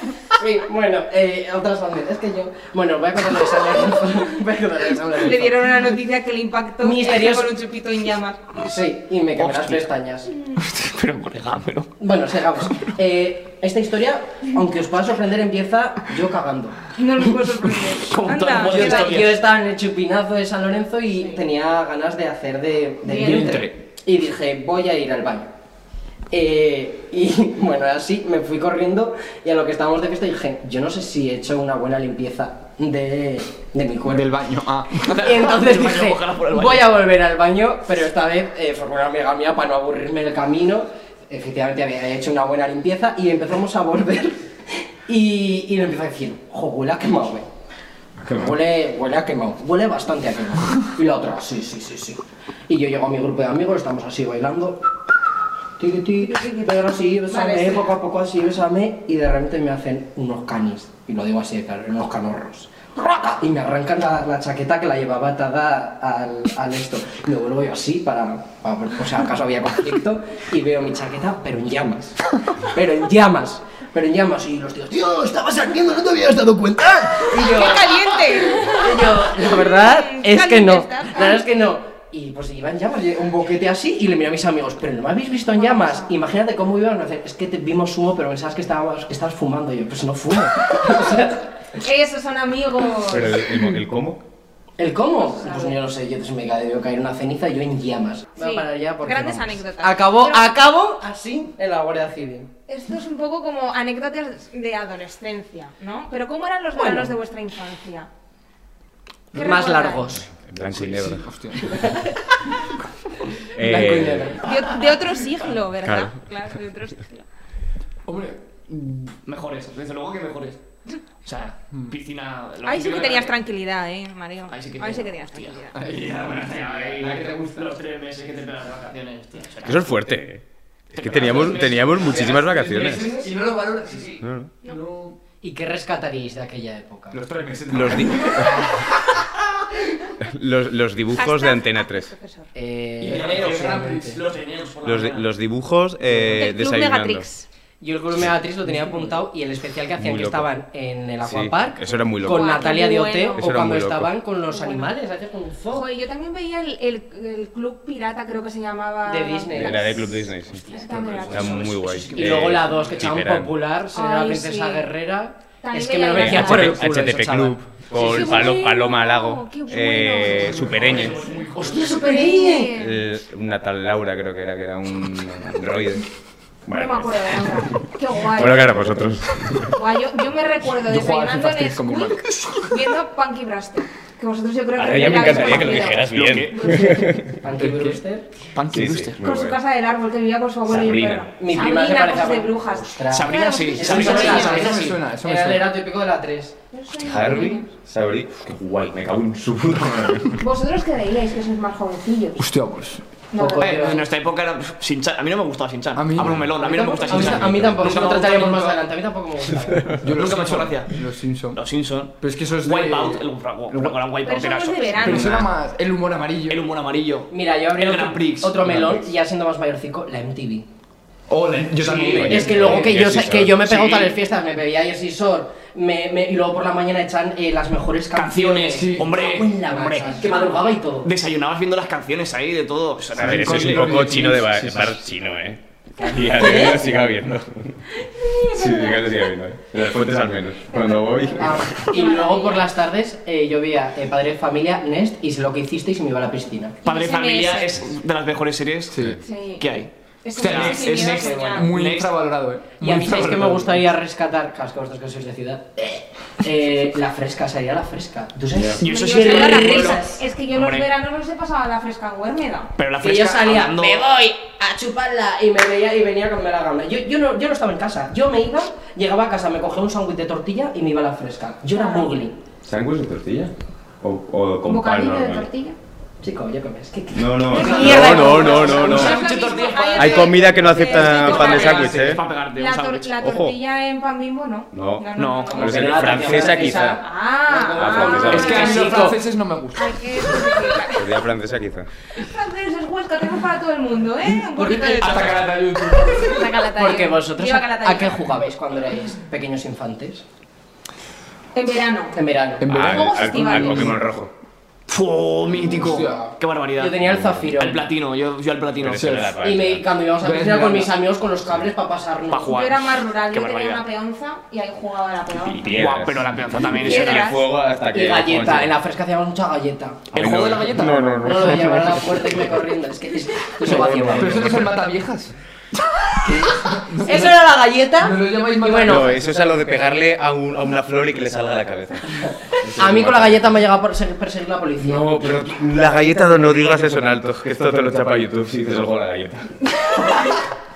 Speaker 4: Sí, bueno, eh, otras anécdotas. Es que yo. Bueno, voy a contar lo de San Lorenzo. Voy a contar lo de San Lorenzo.
Speaker 1: Le dieron una noticia que le impactó
Speaker 4: Misterioso.
Speaker 1: con un chupito en llamas.
Speaker 4: Sí, y me quemé las
Speaker 3: Hostia.
Speaker 4: pestañas.
Speaker 3: Pero colega, pero.
Speaker 4: Bueno, sigamos. Eh, esta historia, aunque os pueda sorprender, empieza yo cagando.
Speaker 1: No nos puedo sorprender.
Speaker 3: Como todo el
Speaker 1: Anda,
Speaker 3: mundo
Speaker 4: Yo,
Speaker 1: ¿qué tal?
Speaker 4: esta-
Speaker 3: historia.
Speaker 4: yo estaba en el chupinazo de San Lorenzo y tenía ganas de hacer de, de
Speaker 1: Vientre.
Speaker 4: Y dije, voy a ir al baño. Eh, y bueno, así me fui corriendo y a lo que estábamos de fiesta dije, yo no sé si he hecho una buena limpieza de, de mi cuerpo.
Speaker 5: Del baño, ah.
Speaker 4: Y entonces
Speaker 3: Del baño,
Speaker 4: dije,
Speaker 3: ojalá por el baño.
Speaker 4: voy a volver al baño, pero esta vez eh, formé una amiga mía para no aburrirme en el camino. Efectivamente había hecho una buena limpieza y empezamos a volver. Y, y le empezó a decir, jo, huele a quemado, eh". güey. Huele, huele a quemado, huele bastante a quemado. Y la otra, sí, sí, sí, sí. Y yo llego a mi grupo de amigos, estamos así bailando. Tiri, tiri, Pero así, bésame,
Speaker 1: Vale, sí.
Speaker 4: poco a poco así, bésame. Y de repente me hacen unos canis. Y lo digo así de claro, unos canorros. ¡Raca! Y me arrancan la, la chaqueta que la llevaba atada al, al esto. Y Me vuelvo yo así para, para ver por si acaso había conflicto. Y veo mi chaqueta, pero en llamas. Pero en llamas. Pero en llamas. Y los tíos, tío, estaba saliendo, no te habías dado cuenta. Y yo,
Speaker 1: ¡Qué caliente!
Speaker 4: yo, la verdad
Speaker 1: Mm,
Speaker 4: es que no.
Speaker 1: caliente está.
Speaker 4: La verdad es que no. Y pues iba en llamas, un boquete así, y le miré a mis amigos, pero no me habéis visto en llamas. Imagínate cómo iban a hacer. Es que te vimos humo, pero pensabas que estabas, que estabas fumando. Y yo, pues no fumo. O sea,
Speaker 1: Esos son amigos.
Speaker 2: Pero el, el- el cómo.
Speaker 4: ¿El cómo? Pues yo no sé, yo se me ca- debió caer una ceniza y yo en llamas. Voy a
Speaker 1: Sí,
Speaker 4: parar ya porque
Speaker 1: grandes
Speaker 4: vamos.
Speaker 1: anécdotas.
Speaker 4: Acabó,
Speaker 1: Pero-
Speaker 4: acabó así en la Guardia Civil.
Speaker 1: Esto es un poco como anécdotas de adolescencia, ¿no? Pero ¿cómo eran los
Speaker 4: Bueno.
Speaker 1: veranos de vuestra infancia? ¿Qué recordáis?
Speaker 4: Más largos.
Speaker 2: Blanco y negro.
Speaker 5: Hostia.
Speaker 2: Eh,
Speaker 4: Blanco y negro.
Speaker 1: De, de otro siglo, ¿verdad?
Speaker 2: Claro.
Speaker 1: Claro, de otro siglo.
Speaker 5: Hombre,
Speaker 3: mm, Mejores, desde luego que mejores. O sea, piscina. lo
Speaker 1: Ahí sí
Speaker 3: típico
Speaker 1: que
Speaker 3: de-
Speaker 1: tenías tranquilidad, ¿eh, Mario?
Speaker 3: Ahí sí que,
Speaker 1: tenías
Speaker 3: hostia.
Speaker 1: tranquilidad.
Speaker 3: Ay, ya, bueno, hostia, ay, la que te gusta los tres meses que te pegas de vacaciones, hostia, eso era-
Speaker 2: Eso es fuerte, eh. Es que
Speaker 3: Te pegas
Speaker 2: teníamos,
Speaker 3: tres
Speaker 2: teníamos
Speaker 3: meses,
Speaker 2: muchísimas
Speaker 3: te pegas tres
Speaker 2: vacaciones.
Speaker 3: meses
Speaker 5: y no lo valoras. Sí, sí.
Speaker 2: No, no.
Speaker 5: No.
Speaker 4: ¿Y qué rescataríais de aquella época?
Speaker 5: Los tres meses.
Speaker 2: Los, di- los, los dibujos de
Speaker 1: Hashtag-
Speaker 2: Antena 3.
Speaker 1: Profesor.
Speaker 3: Y
Speaker 4: Eh,
Speaker 3: veneros,
Speaker 4: efectivamente.
Speaker 3: los veneros por la
Speaker 2: Los, di-
Speaker 3: mañana.
Speaker 2: los dibujos eh,
Speaker 1: el Club
Speaker 2: desayunando.
Speaker 1: Megatrix.
Speaker 4: Yo el Club Megatrix lo tenía apuntado y el especial que hacían
Speaker 2: Muy
Speaker 4: que
Speaker 2: loco.
Speaker 4: estaban en el
Speaker 2: Sí,
Speaker 4: Aquapark
Speaker 2: eso era muy loco.
Speaker 4: con Natalia
Speaker 1: Bueno.
Speaker 4: Diote
Speaker 1: Eso
Speaker 4: o
Speaker 2: era
Speaker 4: cuando
Speaker 2: muy loco.
Speaker 4: estaban con los
Speaker 1: Bueno.
Speaker 4: animales, hacían con un zoo.
Speaker 1: Ojo, y yo también veía el, el- el Club Pirata, creo que se llamaba.
Speaker 4: De Disney.
Speaker 2: Era de Club Disney, sí.
Speaker 1: Esa también era
Speaker 2: Era
Speaker 1: cosa.
Speaker 2: muy guay.
Speaker 4: Y luego
Speaker 2: Eh,
Speaker 4: la 2 que echaban
Speaker 2: Piperán.
Speaker 4: popular, señora
Speaker 1: Ay,
Speaker 4: princesa
Speaker 1: sí.
Speaker 4: guerrera.
Speaker 1: También
Speaker 4: es que me
Speaker 1: veía
Speaker 4: lo
Speaker 2: Eh,
Speaker 4: merecía
Speaker 1: esa.
Speaker 4: por el
Speaker 2: HTTP,
Speaker 4: culo eso,
Speaker 2: HTTP
Speaker 4: chaval.
Speaker 2: Club con
Speaker 1: Sí, qué
Speaker 2: Palo-
Speaker 1: bueno,
Speaker 2: Paloma Lago,
Speaker 1: qué bueno.
Speaker 2: eh, Supereñe,
Speaker 4: ¡Hostia,
Speaker 1: Super Disney.
Speaker 2: el- una tal Laura creo que era, que era un droide.
Speaker 1: No me
Speaker 2: Bueno,
Speaker 1: acuerdo de nada. Qué guay.
Speaker 2: bueno, claro, pues. vosotros.
Speaker 1: Guay, yo, yo me recuerdo
Speaker 5: Yo jugaba
Speaker 1: desayunando
Speaker 5: al
Speaker 1: en
Speaker 5: Fifa con mi
Speaker 1: Squid viendo Punky Brewster. Que vosotros yo creo que.
Speaker 2: Ahora ya me
Speaker 1: la habéis
Speaker 2: encantaría que lo
Speaker 1: conocido.
Speaker 2: dijeras bien.
Speaker 4: Punky Brewster.
Speaker 5: Punky
Speaker 2: Sí, sí,
Speaker 5: Brewster.
Speaker 2: muy
Speaker 1: Con su
Speaker 2: guay.
Speaker 1: casa del árbol que vivía con su abuelo y
Speaker 2: Sabrina.
Speaker 1: un perro.
Speaker 4: Mi prima se
Speaker 1: Sabrina,
Speaker 4: parece
Speaker 1: cosas
Speaker 4: a
Speaker 1: de brujas.
Speaker 4: Ostras.
Speaker 3: Sabrina sí,
Speaker 1: Esa
Speaker 4: Esa me
Speaker 3: Sabrina sí,
Speaker 4: suena,
Speaker 5: esa
Speaker 3: Sabrina
Speaker 5: me
Speaker 3: sí.
Speaker 5: suena, esa me
Speaker 4: Era el
Speaker 5: suena.
Speaker 4: era típico de la 3.
Speaker 2: Harvey, Sabri, qué guay, me cago en su puta madre.
Speaker 1: Vosotros creíais que sois más jovencillos.
Speaker 5: Hostia, pues.
Speaker 1: No,
Speaker 4: Poco.
Speaker 1: no.
Speaker 3: Eh, en nuestra época era pf, Shin-chan. A mí no me gustaba Shin-chan.
Speaker 5: A mí-
Speaker 3: Abro un melón, a mí no me gusta Shin-chan.
Speaker 4: A mí tampoco, eso
Speaker 3: Nunca
Speaker 4: lo
Speaker 3: me gustó
Speaker 4: trataríamos más
Speaker 3: nunca.
Speaker 4: adelante. A mí tampoco me gusta.
Speaker 5: Yo
Speaker 3: Nunca
Speaker 5: los
Speaker 3: me ha hecho
Speaker 5: Simpson.
Speaker 3: gracia.
Speaker 5: Los Simpson.
Speaker 3: Los Simpson.
Speaker 5: Pero es que eso es de-
Speaker 3: Wipeout, el Wipeout, el
Speaker 1: Pero
Speaker 3: Wipeout
Speaker 1: eso
Speaker 3: era
Speaker 1: no es de
Speaker 3: eso.
Speaker 1: verano.
Speaker 5: Pero eso era más el humor
Speaker 3: El
Speaker 5: amarillo.
Speaker 3: humor amarillo.
Speaker 4: Mira, yo abrí
Speaker 3: El
Speaker 4: otro,
Speaker 3: Grand Prix.
Speaker 4: otro
Speaker 2: Grand
Speaker 4: melón,
Speaker 2: Prix.
Speaker 4: ya siendo más mayorcico, la MTV.
Speaker 5: Hola, yo también.
Speaker 4: Es
Speaker 3: eh,
Speaker 4: que luego que yo,
Speaker 2: Jersey
Speaker 4: que
Speaker 2: Shore.
Speaker 4: yo me he pegado
Speaker 3: Sí.
Speaker 4: tales fiestas, me bebía Jersey Shore, me, me- y luego por la mañana echan eh, las mejores canciones.
Speaker 3: Canciones, sí. Hombre,
Speaker 4: Me cago en la
Speaker 3: hombre.
Speaker 4: macha, que madrugaba y todo.
Speaker 3: Desayunabas viendo las canciones ahí de todo. Eso era
Speaker 2: A ver, ese es un
Speaker 3: increíble.
Speaker 2: poco chino de bar, bar chino, eh. Y a día de hoy lo sigo viendo. Sí, que lo sigo viendo. eh. En las fuentes al menos. Cuando voy.
Speaker 4: Ah, y luego por las tardes eh, yo veía eh, Padre de Familia, Nest y sé lo que hiciste y se me iba a la piscina.
Speaker 3: Padre
Speaker 1: Sí,
Speaker 3: Familia
Speaker 1: sí.
Speaker 3: es de las mejores series
Speaker 5: Sí.
Speaker 1: Sí.
Speaker 3: que hay.
Speaker 1: Es
Speaker 5: Hostia,
Speaker 1: un-
Speaker 5: Next,
Speaker 1: sí,
Speaker 5: es
Speaker 1: miedo
Speaker 5: Next,
Speaker 1: soñado.
Speaker 5: muy
Speaker 3: Next.
Speaker 5: infravalorado, eh.
Speaker 4: Y a
Speaker 5: Muy
Speaker 4: mí, ¿sabéis que me
Speaker 5: infravalorado.
Speaker 4: gustaría rescatar, claro, es que vosotros que sois de ciudad? Eh, la fresca, sería la fresca. ¿Tú sabes?
Speaker 3: Yo eso
Speaker 1: Yo
Speaker 3: sí
Speaker 1: soy
Speaker 3: que
Speaker 1: de
Speaker 3: lo
Speaker 1: las
Speaker 3: recuerdo.
Speaker 1: risas. Es que yo
Speaker 3: Hombre.
Speaker 1: los veranos los he pasado a la fresca en Huérmeda.
Speaker 3: Pero la
Speaker 4: Que
Speaker 3: fresca
Speaker 4: yo salía,
Speaker 3: hablando-
Speaker 4: me voy a chuparla y me veía y venía a comer la gamba. Yo, yo, no, yo no estaba en casa, yo me iba, llegaba a casa, me cogía un sándwich de tortilla y me iba a la fresca. Yo era Mowgli.
Speaker 2: ¿Sándwich de tortilla? ¿O, o con pan
Speaker 1: Bocadillo de
Speaker 2: normal?
Speaker 1: tortilla.
Speaker 4: Chico, yo comés. ¿Qué, qué?
Speaker 2: No, no,
Speaker 6: Mierda.
Speaker 2: no, no, no, no.
Speaker 3: Un
Speaker 2: no.
Speaker 3: sándwich de tortilla es para-
Speaker 2: Hay comida que no acepta
Speaker 1: Eh,
Speaker 2: pan de
Speaker 1: es
Speaker 2: sándwich,
Speaker 1: para
Speaker 2: ¿eh?
Speaker 3: Es para pegarte un
Speaker 1: La, tor-
Speaker 3: sándwich.
Speaker 1: la
Speaker 2: Ojo.
Speaker 1: tortilla en pan bimbo no.
Speaker 2: No. Pero
Speaker 3: No,
Speaker 4: Porque
Speaker 2: es
Speaker 4: no la tenía
Speaker 2: francesa quizá.
Speaker 1: Ah,
Speaker 2: Ah,
Speaker 1: ah,
Speaker 2: francesa.
Speaker 5: Es que a mí
Speaker 4: Chico.
Speaker 5: los franceses no me gustan.
Speaker 1: Hay que especificar.
Speaker 2: Tortilla francesa quizá.
Speaker 1: Franceses, Huesca, tenemos para todo el mundo, ¿eh? Un poquito de
Speaker 5: Hasta que la tallo en tu-
Speaker 1: La Calatayud.
Speaker 4: Porque vosotros,
Speaker 1: Viva
Speaker 4: ¿a,
Speaker 1: Calatayud.
Speaker 4: a qué jugabais cuando erais pequeños infantes?
Speaker 1: En verano.
Speaker 4: En verano.
Speaker 5: En
Speaker 2: Ah, Al,
Speaker 5: verano.
Speaker 1: Juegos
Speaker 2: al, al
Speaker 1: estivales.
Speaker 2: Pokémon rojo.
Speaker 3: ¡Fu! Mítico.
Speaker 5: Hostia.
Speaker 3: Qué barbaridad.
Speaker 4: Yo tenía el zafiro.
Speaker 3: El platino, yo, yo el platino.
Speaker 2: Pero eso era la
Speaker 4: Y me,
Speaker 2: raíz.
Speaker 4: cuando íbamos a la
Speaker 5: Ves,
Speaker 4: piscina con
Speaker 5: mira.
Speaker 4: mis amigos con los cables para pasarnos.
Speaker 3: Pa' jugar.
Speaker 1: Yo era más rural,
Speaker 3: Qué
Speaker 1: yo tenía
Speaker 3: barbaridad.
Speaker 1: una peonza y ahí jugaba a la
Speaker 2: Y
Speaker 1: peonza.
Speaker 2: piedras.
Speaker 3: Guau, pero la peonza también
Speaker 2: Y
Speaker 3: es
Speaker 2: el
Speaker 1: Piedras.
Speaker 2: fuego hasta que...
Speaker 4: Y galleta,
Speaker 2: Oye,
Speaker 4: en la fresca hacíamos mucha galleta.
Speaker 3: ¿El juego de la galleta?
Speaker 2: No, no, no.
Speaker 4: No lo de llevar a la puerta y me corriendo, es que es, eso va a tiempo.
Speaker 5: Pero eso no son mataviejas.
Speaker 4: ¿Eso era la galleta?
Speaker 5: No lo llamáis
Speaker 4: Ah, Y
Speaker 5: mal-
Speaker 4: bueno,
Speaker 2: No, eso es a lo de pegarle a, un- a una flor y que le salga la cabeza.
Speaker 4: a mí con la galleta me ha llegado a perseguir, perseguir la policía.
Speaker 2: No, pero la galleta no, no digas eso en alto, que esto te lo chapa YouTube si dices algo a la galleta.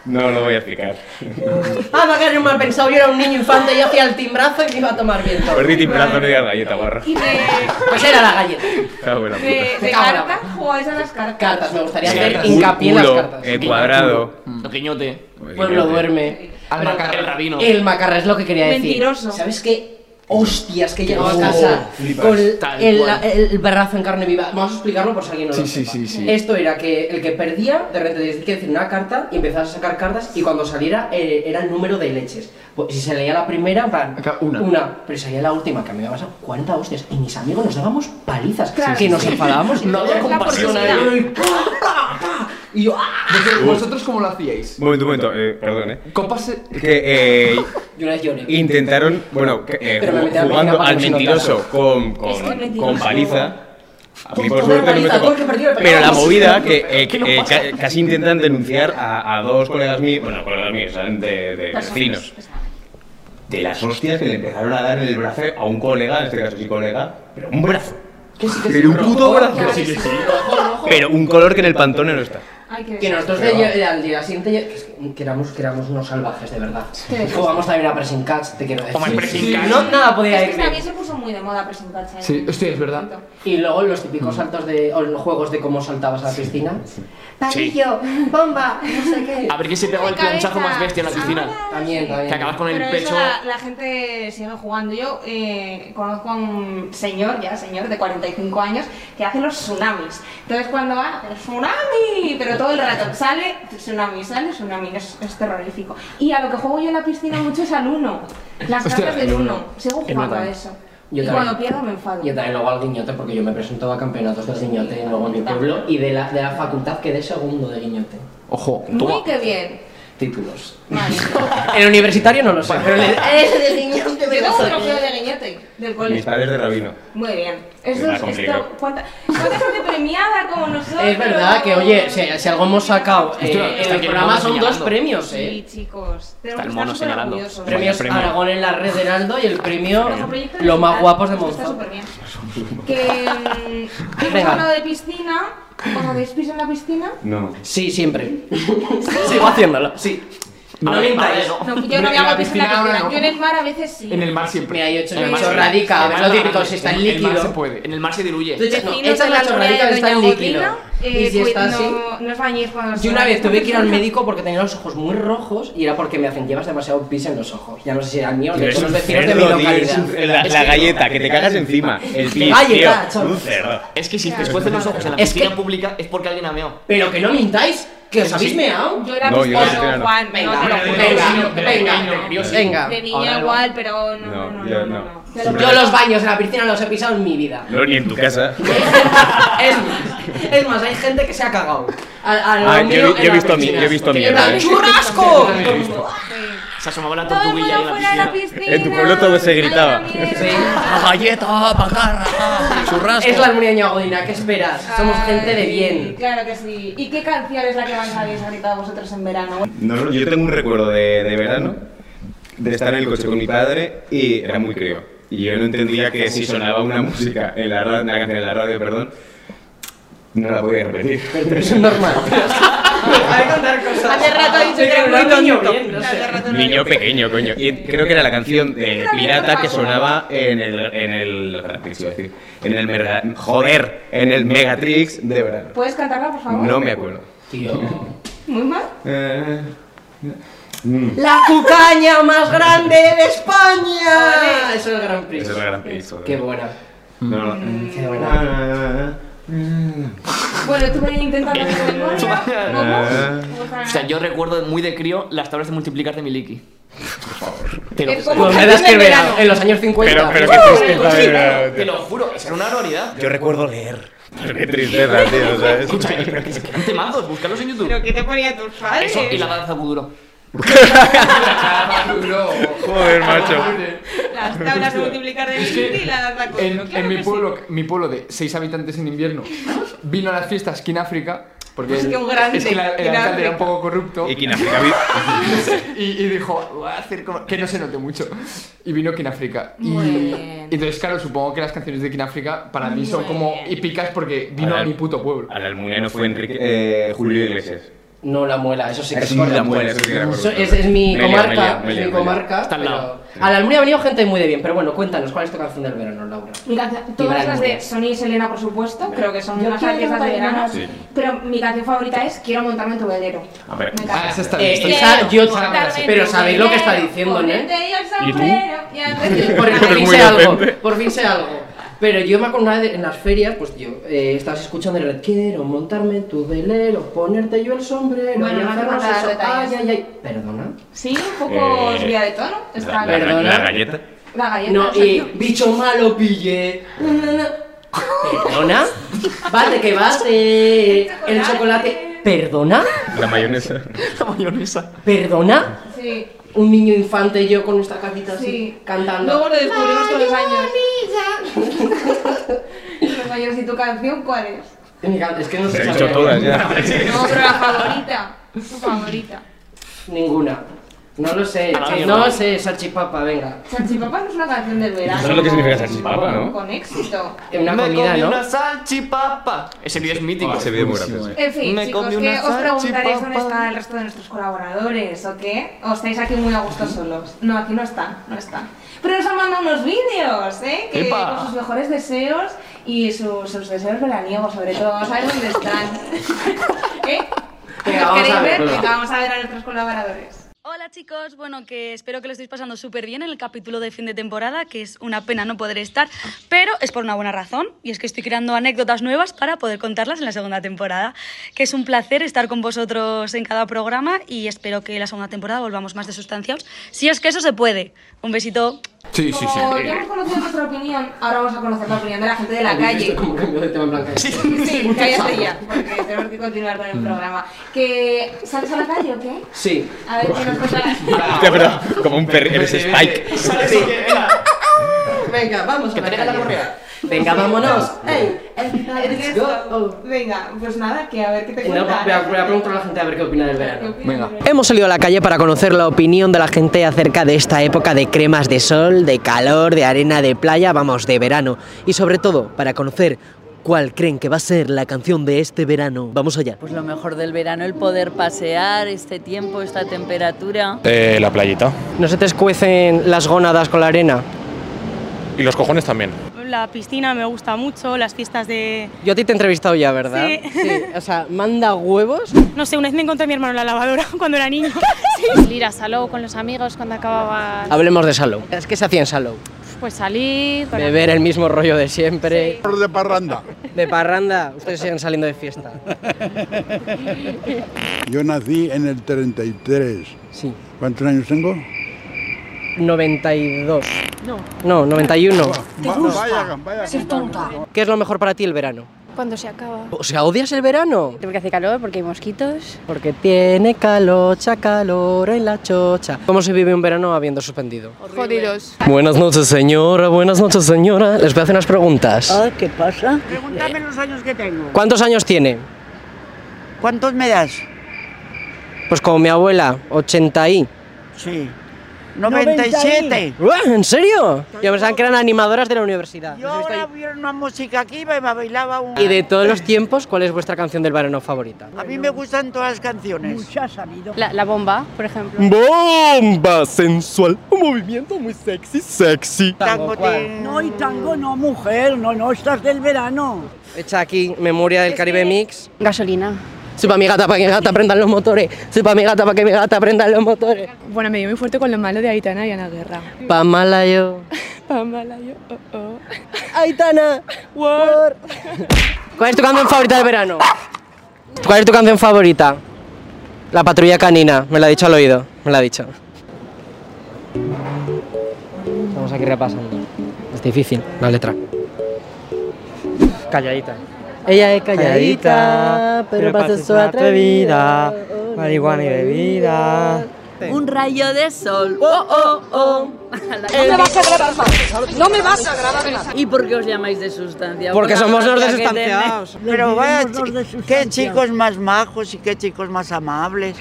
Speaker 2: No lo voy a explicar.
Speaker 4: Anda, que Ah, no me ha pensado, yo era un niño infante y hacía el timbrazo y me iba a tomar viento.
Speaker 2: Perdí timbrazo, no digas galleta, barra.
Speaker 1: Y de,
Speaker 4: Pues era la galleta.
Speaker 2: Cago en la puta.
Speaker 1: de, de
Speaker 4: Me cago en la
Speaker 1: cartas, jugabais a las cartas.
Speaker 4: Cartas, me gustaría
Speaker 3: Sí,
Speaker 4: hacer
Speaker 5: cartas.
Speaker 4: hincapié en las
Speaker 2: Culo,
Speaker 4: cartas.
Speaker 2: eh, cuadrado.
Speaker 3: Lo queñote.
Speaker 4: Pueblo duerme.
Speaker 5: Al
Speaker 3: El
Speaker 5: macarra.
Speaker 3: rabino.
Speaker 4: El macarra es lo que quería decir.
Speaker 1: Mentiroso.
Speaker 4: ¿Sabes qué? Hostias, que llegaba a
Speaker 2: Oh,
Speaker 4: casa
Speaker 2: flipas.
Speaker 4: con el,
Speaker 3: Tal cual.
Speaker 4: el barrazo en carne viva. Vamos a explicarlo por si alguien no lo
Speaker 5: Sí, sí,
Speaker 4: sepa.
Speaker 5: sí, sí.
Speaker 4: Esto era que el que perdía, de repente tenías que decir una carta y empezabas a sacar cartas y cuando saliera eh, era el número de leches. Pues, si se leía la primera, en plan,
Speaker 5: Acá, una.
Speaker 4: pero si salía la última, que a mí me pasado 40 hostias. Y mis amigos nos dábamos palizas,
Speaker 1: Claro.
Speaker 4: que nos enfadábamos.
Speaker 5: No había
Speaker 4: La
Speaker 5: compasión eh.
Speaker 4: oportunidad.
Speaker 5: ahí.
Speaker 4: Y ¡pa, pa, pa! Y yo, ¡ah!
Speaker 5: Vosotros- ¿Vosotros cómo lo hacíais?
Speaker 2: Momento, momento, eh, perdón, eh.
Speaker 5: Copas. eh,
Speaker 2: Que eh,
Speaker 4: Y una vez lloré.
Speaker 2: intentaron, bueno, que, eh,
Speaker 4: Pero me metí a la
Speaker 2: jugando
Speaker 4: máquina
Speaker 2: al
Speaker 4: para que
Speaker 2: mentiroso con, con,
Speaker 1: Es que el mentiroso-
Speaker 2: con paliza. A mí por
Speaker 4: Con
Speaker 2: suerte no me
Speaker 4: paliza,
Speaker 2: tocó.
Speaker 4: todo el que perdió, el
Speaker 2: Pero la
Speaker 4: pecado.
Speaker 2: movida que eh,
Speaker 3: ¿Qué nos
Speaker 2: eh,
Speaker 3: pasa?
Speaker 2: ca- casi intentan denunciar a, a dos colegas míos, bueno, colegas míos, eran de, de
Speaker 1: Personas.
Speaker 2: vecinos. de las hostias que le empezaron a dar en el brazo a un colega, en este caso sí colega, pero un brazo.
Speaker 4: Que sí, que sí,
Speaker 2: Pero un
Speaker 4: rojo,
Speaker 2: puto brazo.
Speaker 1: Claro, sí, sí.
Speaker 4: rojo, rojo.
Speaker 2: Pero un color que en el pantone no está.
Speaker 1: Ay, qué
Speaker 4: Que
Speaker 1: desastre.
Speaker 4: nosotros de, de- al día siguiente ya- que es que- que éramos, que éramos unos salvajes, de verdad.
Speaker 1: Sí.
Speaker 4: Jugamos también a pressing catch, te quiero decir.
Speaker 3: Como el pressing
Speaker 5: sí.
Speaker 3: catch.
Speaker 4: No, nada
Speaker 1: Es
Speaker 4: podía ir
Speaker 1: que también
Speaker 4: bien.
Speaker 1: se puso muy de moda presentarse.
Speaker 5: Sí, hostia, es verdad.
Speaker 4: Y luego los típicos saltos de, o los juegos de cómo saltabas a la piscina.
Speaker 3: Palillo,
Speaker 4: bomba, no sé qué.
Speaker 3: A ver quién se pegó el
Speaker 1: Cabeza. Ah,
Speaker 3: planchazo más bestia en la piscina.
Speaker 4: También, también.
Speaker 3: Que acabas con el
Speaker 1: Pero
Speaker 3: pecho.
Speaker 1: eso la, la gente sigue jugando. Yo eh, conozco a un señor, ya señor, de 45 años, que hace los tsunamis. Entonces cuando va, tsunami, pero todo el rato sale tsunami, sale tsunami, es, es terrorífico. Y a lo que juego yo en la piscina mucho es al uno. Las
Speaker 5: Hostia,
Speaker 1: cartas del
Speaker 5: el
Speaker 1: uno.
Speaker 5: uno.
Speaker 1: Sigo
Speaker 3: El
Speaker 1: jugando
Speaker 3: uno
Speaker 1: a
Speaker 3: también.
Speaker 1: eso.
Speaker 4: Yo
Speaker 1: y
Speaker 4: también.
Speaker 1: cuando pierdo me enfado.
Speaker 4: Yo también luego al guiñote, porque yo me presentaba a campeonatos del guiñote luego en mi pueblo y de la, de la facultad quedé segundo de guiñote.
Speaker 5: Ojo.
Speaker 1: Muy que bien.
Speaker 4: Títulos.
Speaker 1: Vale.
Speaker 4: El universitario no lo sé, pero el, ese del guiñote me
Speaker 1: Yo tengo
Speaker 4: lo
Speaker 1: un
Speaker 4: soy.
Speaker 1: trofeo de guiñete del
Speaker 2: Mis
Speaker 1: colegio.
Speaker 2: padres de rabino.
Speaker 1: Muy bien. Eso
Speaker 2: Me la
Speaker 1: es,
Speaker 2: complico.
Speaker 1: esto- ¿cuánta, cuánta gente premiada como nosotros?
Speaker 4: Es verdad que, oye, si, si algo hemos sacado eh,
Speaker 5: Hostia,
Speaker 4: en
Speaker 3: está
Speaker 4: el
Speaker 3: aquí el
Speaker 4: programa
Speaker 3: mono
Speaker 4: son dos
Speaker 3: señalando.
Speaker 4: premios,
Speaker 1: Sí,
Speaker 4: ¿eh?
Speaker 1: chicos.
Speaker 3: Está
Speaker 1: Tenemos
Speaker 3: el
Speaker 1: que
Speaker 3: mono
Speaker 1: estar súper
Speaker 3: señalando.
Speaker 1: orgullosos.
Speaker 4: Premios
Speaker 3: premio.
Speaker 4: Aragón en la red de Heraldo y el premio
Speaker 1: Nuestro proyecto
Speaker 4: Los más
Speaker 1: digital,
Speaker 4: guapos de
Speaker 1: esto Está
Speaker 4: Monza.
Speaker 1: súper bien. Que mm, hemos
Speaker 4: Venga.
Speaker 1: hablado de piscina. ¿Os hacéis piso en la piscina?
Speaker 2: No.
Speaker 4: Sí, siempre. Sigo haciéndolo, sí. No
Speaker 3: A ver,
Speaker 4: mintáis.
Speaker 3: a ver,
Speaker 1: No, yo no
Speaker 5: En
Speaker 1: me hago piso
Speaker 5: la
Speaker 1: en la
Speaker 5: piscina ahora
Speaker 1: piscina.
Speaker 5: no.
Speaker 1: Yo en el mar a veces sí.
Speaker 5: En el mar siempre.
Speaker 4: Mira, yo he hecho
Speaker 3: En el
Speaker 4: una
Speaker 3: mar se-
Speaker 4: chorradica,
Speaker 3: en el
Speaker 4: ¿ves
Speaker 3: mar
Speaker 4: lo
Speaker 3: se-
Speaker 4: típico? Si está en
Speaker 5: El mar se
Speaker 4: líquido.
Speaker 5: puede.
Speaker 3: En el mar se diluye.
Speaker 4: Tú echas- no,
Speaker 1: Vecinos
Speaker 4: echas
Speaker 1: de
Speaker 4: la
Speaker 1: Chorrera
Speaker 4: chorradica que
Speaker 1: de
Speaker 4: está en
Speaker 1: Doña
Speaker 4: líquido.
Speaker 1: Godina,
Speaker 4: Y
Speaker 1: eh,
Speaker 4: si está
Speaker 1: pues
Speaker 4: así.
Speaker 1: No, no os bañéis cuando os
Speaker 4: Yo una vez
Speaker 1: bañáis.
Speaker 4: tuve que ir al médico porque tenía los ojos muy rojos y era porque me hacen llevas demasiado pis en los ojos. Ya no sé si era mío o de
Speaker 2: Eres
Speaker 4: todos los
Speaker 2: un
Speaker 4: vecinos de mi
Speaker 2: cerdo, tío, eres
Speaker 4: localidad.
Speaker 2: un- La,
Speaker 4: Es
Speaker 2: la
Speaker 4: que-
Speaker 2: galleta, que te cagas encima. El pis, tío.
Speaker 4: Galleta, chaval.
Speaker 2: Un cerdo.
Speaker 3: Es que si te esfuerzas los ojos en la
Speaker 4: Es
Speaker 3: piscina
Speaker 4: que-
Speaker 3: pública es porque alguien ha meado.
Speaker 4: Pero que no mintáis, que os habéis meado.
Speaker 1: Yo era
Speaker 2: No, yo en la piscina
Speaker 1: piscina,
Speaker 2: no.
Speaker 1: Juan.
Speaker 4: Venga,
Speaker 1: no, te lo juro.
Speaker 4: venga, venga, venga.
Speaker 1: De
Speaker 5: Ahora
Speaker 1: niño
Speaker 5: no.
Speaker 1: igual, pero no,
Speaker 2: No,
Speaker 1: no, no,
Speaker 2: yo
Speaker 1: no,
Speaker 2: no.
Speaker 1: no.
Speaker 4: Yo los baños en la piscina los he pisado en mi vida.
Speaker 2: No, ni en tu casa.
Speaker 4: es, más, es más, hay gente que se ha cagado. Al- al
Speaker 2: Ah,
Speaker 4: lado
Speaker 2: yo he vi-
Speaker 4: mío
Speaker 2: yo he
Speaker 4: en la
Speaker 2: visto a mí-
Speaker 4: piscina.
Speaker 2: yo he visto a mí,
Speaker 4: Que era
Speaker 2: ¿verdad?
Speaker 4: ¡Churrasco!
Speaker 5: Yo también he visto.
Speaker 1: Sí.
Speaker 3: Se asomaba la
Speaker 1: Todo el
Speaker 3: tortuguilla
Speaker 1: mundo
Speaker 3: ahí en la
Speaker 1: fuera de la
Speaker 3: piscina.
Speaker 1: piscina.
Speaker 2: En tu pueblo todo se
Speaker 1: Ay,
Speaker 2: gritaba.
Speaker 1: la mierda.
Speaker 7: galleta, pacarra, churrasco.
Speaker 4: Es la Almunia Godina, ¿qué esperas? Somos
Speaker 1: Ay,
Speaker 4: gente de bien.
Speaker 1: Claro que sí. ¿Y qué canción es la que más habéis gritado vosotros en verano?
Speaker 2: No, yo tengo un recuerdo de, de verano, de estar en el coche con mi padre y era muy crío. Y yo no entendía que si sonaba una música en la radio, una canción en la radio, perdón, no la podía repetir.
Speaker 4: Pero eso es normal. Hay que contar cosas.
Speaker 6: Hace rato he dicho que era muy
Speaker 4: niño
Speaker 6: tonto.
Speaker 4: bien, no sé.
Speaker 2: Niño pequeño, coño. Y creo que era la canción de Pirata que sonaba en el. en el. Matrix, iba a decir. En el. Merga- joder, en el Megatrix de verano.
Speaker 1: ¿Puedes cantarla, por favor?
Speaker 2: No me acuerdo.
Speaker 4: Tío.
Speaker 1: Muy mal.
Speaker 4: Ah,
Speaker 2: Eh, Mm.
Speaker 4: La cucaña más grande de España. Eso es el Gran Prix.
Speaker 2: ese es el gran piso.
Speaker 4: Qué buena.
Speaker 2: No, Ah, no.
Speaker 4: Qué buena.
Speaker 1: Bueno, tú me intentas hacer de memoria.
Speaker 2: Ah.
Speaker 1: Vamos. Vamos a-
Speaker 3: O sea, yo recuerdo muy de crío las tablas de multiplicar de Miliki. Te lo,
Speaker 1: Es como-
Speaker 4: Pues me
Speaker 6: Canción
Speaker 4: das que
Speaker 6: del
Speaker 4: ver
Speaker 6: verano.
Speaker 4: en los años 50.
Speaker 2: Pero, pero qué tristeza,
Speaker 3: Sí,
Speaker 2: de
Speaker 3: claro, te
Speaker 2: verdad.
Speaker 3: lo juro, eso era una barbaridad.
Speaker 2: Yo recuerdo leer. Qué tristeza, tío, ¿sabes?
Speaker 3: Escucha, pero que se quedan temazos, búscalos en YouTube.
Speaker 6: ¿Pero qué te ponían tus padres?
Speaker 3: Eso y la danza buduro.
Speaker 5: No.
Speaker 2: Joder, macho.
Speaker 6: Las tablas de multiplicar de Vicente y la danza con-
Speaker 5: En,
Speaker 6: claro
Speaker 5: en mi,
Speaker 6: que
Speaker 5: pueblo, mi pueblo de seis habitantes en invierno vino a las fiestas Kináfrica. Porque
Speaker 6: Es
Speaker 5: el-
Speaker 6: que un grande,
Speaker 5: es que la- el alcalde era
Speaker 6: Kináfrica.
Speaker 5: un poco corrupto.
Speaker 2: Y Kináfrica vi-
Speaker 5: y, y dijo, voy a hacer como- que no se note mucho. Y vino Kináfrica. Y,
Speaker 1: Muy bien.
Speaker 5: y entonces, claro, supongo que las canciones de Kináfrica para mí son
Speaker 1: Muy
Speaker 5: como
Speaker 1: bien.
Speaker 5: épicas porque vino
Speaker 2: Ahora-
Speaker 5: a mi puto pueblo.
Speaker 2: A la Almunia no fue Enrique. Eh, Julio Iglesias.
Speaker 4: No, la muela, eso sí que
Speaker 2: Es
Speaker 4: corta.
Speaker 2: la muela, eso sí que la corta.
Speaker 4: Eso es, es mi
Speaker 2: Me he liado,
Speaker 4: comarca,
Speaker 2: me he liado, me he
Speaker 4: es mi
Speaker 2: liado, me he
Speaker 4: comarca.
Speaker 3: Está al
Speaker 4: pero-
Speaker 3: lado.
Speaker 4: A la Almunia ha venido gente muy de bien, pero bueno, cuéntanos, ¿cuál es tu canción del verano, Laura?
Speaker 1: Mi canción- todas
Speaker 4: Iván
Speaker 1: las
Speaker 4: Muriel.
Speaker 1: de Sonia y Selena, por supuesto, creo que son
Speaker 8: Yo
Speaker 1: unas
Speaker 8: quiero
Speaker 1: artistas de
Speaker 8: montar
Speaker 1: verano.
Speaker 8: en
Speaker 2: Sí.
Speaker 1: Pero mi canción favorita es Quiero montarme en tu velero.
Speaker 2: A ver.
Speaker 1: Me encanta.
Speaker 5: Ah, esa está
Speaker 4: Eh,
Speaker 5: bien. está bien.
Speaker 4: esa, yo,
Speaker 5: montarme
Speaker 4: pero
Speaker 1: en tu
Speaker 4: sabéis lo que está
Speaker 1: velero,
Speaker 4: diciendo, ¿eh?
Speaker 1: ponerte yo el
Speaker 2: ¿Y tú?
Speaker 1: sombrero y hacer-
Speaker 4: Por
Speaker 2: Pero
Speaker 4: fin
Speaker 2: muy
Speaker 4: sé algo,
Speaker 2: inocente.
Speaker 4: por fin sé algo. Pero yo me acuerdo una vez en las ferias, pues yo eh, estabas escuchando el red, quiero montarme en tu velero, ponerte yo el sombrero,
Speaker 1: Bueno,
Speaker 4: y
Speaker 1: no hace
Speaker 4: hacernos
Speaker 1: falta
Speaker 4: eso, ay,
Speaker 1: detalles.
Speaker 4: ay, ay. Perdona.
Speaker 1: Sí, un poco
Speaker 2: Eh,
Speaker 1: subida de tono. Está
Speaker 2: la,
Speaker 1: bien.
Speaker 2: la- la galleta.
Speaker 1: La galleta.
Speaker 4: No, y
Speaker 1: exacto.
Speaker 4: bicho malo pillé. na, na, na. ¿Perdona? Bate que bate. El chocolate. ¿Perdona?
Speaker 2: La mayonesa.
Speaker 3: La mayonesa.
Speaker 4: ¿Perdona?
Speaker 1: Sí,
Speaker 4: Un niño infante yo con esta carita así
Speaker 1: sí. Luego
Speaker 4: cantando. Ah,
Speaker 1: lo descubrimos con los años. Los mayores, ¿y tu canción cuál es?
Speaker 4: Me encanta, Es que no
Speaker 2: Se
Speaker 4: sé eh,
Speaker 2: he dicho
Speaker 4: saber.
Speaker 2: todas ya.
Speaker 1: No, pero la favorita. Tu favorita.
Speaker 4: Ninguna. No lo sé.
Speaker 3: A la mierda.
Speaker 4: No lo sé, salchipapa, venga.
Speaker 1: Salchipapa no es una canción del verano.
Speaker 2: Eso es lo que significa salchipapa, ¿no?
Speaker 1: Con éxito.
Speaker 4: En una
Speaker 3: me
Speaker 4: comida,
Speaker 3: comí
Speaker 4: ¿no?
Speaker 3: una salchipapa. Ese vídeo es mítico.
Speaker 2: Ah, Ese vídeo es muy gracioso.
Speaker 1: En fin,
Speaker 3: Me
Speaker 1: chicos,
Speaker 3: comí
Speaker 1: que
Speaker 3: una
Speaker 1: os preguntaréis dónde
Speaker 3: salchipapa.
Speaker 1: están el resto de nuestros colaboradores, ¿o qué? ¿O estáis aquí muy a gusto solos? No, aquí no están, no están. Pero nos han mandado unos vídeos, ¿eh? Que
Speaker 3: ¡Epa!
Speaker 1: con sus mejores deseos y sus, sus deseos veraniegos, sobre todo. ¿Sabes dónde están? ¿Eh?
Speaker 4: Venga,
Speaker 1: ¿Los
Speaker 4: vamos
Speaker 1: queréis
Speaker 4: a ver,
Speaker 1: ver?
Speaker 4: venga.
Speaker 1: Venga, vamos a ver a nuestros colaboradores.
Speaker 9: Hola chicos, bueno que espero que lo estéis pasando súper bien en el capítulo de fin de temporada, que es una pena no poder estar, pero es por una buena razón y es que estoy creando anécdotas nuevas para poder contarlas en la segunda temporada, que es un placer estar con vosotros en cada programa y espero que la segunda temporada volvamos más de sustanciados, si es que eso se puede. Un besito.
Speaker 5: Sí, sí, sí.
Speaker 1: Como ya hemos conocido nuestra opinión, ahora vamos a conocer la opinión de la gente de la
Speaker 4: ¿Habéis visto
Speaker 1: calle.
Speaker 4: cómo cambió de tema en blanca?
Speaker 1: Sí, cállate ya, porque tenemos que continuar
Speaker 4: Mm.
Speaker 1: con el programa. Que, ¿Sales a la calle o qué?
Speaker 4: Sí.
Speaker 1: A ver, ¿qué nos cuenta?
Speaker 2: Hostia, pero como un perro. Eres Spike.
Speaker 3: Así que, venga,
Speaker 4: Venga, vamos.
Speaker 3: Que
Speaker 4: a la
Speaker 3: traiga la
Speaker 4: calle.
Speaker 3: correa.
Speaker 4: Venga, vámonos. Ey, let's go.
Speaker 1: Eso. Venga, pues nada, que a ver qué te
Speaker 4: Eh, No, voy a,
Speaker 1: cuentan.
Speaker 4: voy a preguntar a la gente a ver qué opina del verano.
Speaker 5: Venga.
Speaker 10: Hemos salido a la calle para conocer la opinión de la gente acerca de esta época de cremas de sol, de calor, de arena, de playa, vamos, de verano. Y sobre todo, para conocer cuál creen que va a ser la canción de este verano. Vamos allá.
Speaker 8: Pues lo mejor del verano, el poder pasear este tiempo, esta temperatura.
Speaker 11: Eh, la playita.
Speaker 10: ¿No se te escuecen las gónadas con la arena?
Speaker 11: Y los cojones también.
Speaker 9: La piscina me gusta mucho, las fiestas de...
Speaker 10: Yo a ti te he entrevistado ya, ¿verdad?
Speaker 9: Sí.
Speaker 10: o sea, manda huevos.
Speaker 9: No sé, una vez me encontré a mi hermano en la lavadora cuando era niño.
Speaker 8: Ir a Salou con los amigos cuando acababa
Speaker 10: Hablemos de Salou. Es que se hacía en Salou.
Speaker 8: pues salir.
Speaker 10: Beber el mismo rollo de siempre.
Speaker 11: De parranda.
Speaker 10: De parranda, ustedes siguen saliendo de fiesta.
Speaker 11: Yo nací en el 33.
Speaker 10: Sí.
Speaker 11: ¿Cuántos años tengo?
Speaker 10: 92. No. No, 91.
Speaker 11: Vaya, vaya.
Speaker 10: ¿Qué es lo mejor para ti el verano?
Speaker 9: cuando se acaba.
Speaker 4: O sea, ¿odias el verano?
Speaker 9: Porque hace calor, porque hay mosquitos.
Speaker 4: Porque tiene calocha, calor en la chocha. ¿Cómo se vive un verano habiendo suspendido?
Speaker 9: Jodidos.
Speaker 4: Buenas noches, señora. Buenas noches, señora. Les voy a hacer unas preguntas.
Speaker 12: Ah, ¿qué pasa?
Speaker 11: Pregúntame los años que tengo.
Speaker 4: ¿Cuántos años tiene?
Speaker 11: ¿Cuántos me das?
Speaker 4: Pues como mi abuela, 80 y.
Speaker 11: Sí. 97.
Speaker 4: Uah, ¿En serio? Yo pensaba que eran animadoras de la universidad.
Speaker 11: Yo ahora hubiera una música aquí y me bailaba un...
Speaker 4: Y de todos los tiempos, ¿cuál es vuestra canción del verano favorita?
Speaker 11: A mí me gustan todas las canciones. Muchas sabido.
Speaker 9: La, la bomba, por ejemplo.
Speaker 4: Bomba sensual, un movimiento muy sexy, sexy.
Speaker 12: No, y tango no, mujer. No, no, estás del verano.
Speaker 4: Hecha aquí, Memoria del Caribe Mix.
Speaker 9: Gasolina.
Speaker 4: Soy para mi gata para que mi gata prendan los motores. Soy para mi gata para que mi gata prendan los motores.
Speaker 9: Bueno, me dio muy fuerte con lo malo de Aitana y Ana Guerra.
Speaker 4: Pa' mala yo.
Speaker 9: Pamela, yo, oh, oh.
Speaker 4: Aitana. ¿Cuál es tu canción favorita del verano? ¿Cuál es tu canción favorita? La patrulla canina. Me la ha dicho al oído. Me la ha dicho. Estamos aquí repasando. Es difícil la letra. Calladita. Ella es calladita, pero pasa su atrevida. Marihuana y bebida.
Speaker 8: Un rayo de sol. Oh, oh, oh.
Speaker 4: El- me vas a grabar,
Speaker 8: No me vas a grabar. ¿Y por qué os llamáis de sustancia?
Speaker 4: Porque somos los
Speaker 8: de sustancia.
Speaker 4: desustanciados.
Speaker 11: Pero vaya, chi- qué chicos más majos y qué chicos más amables.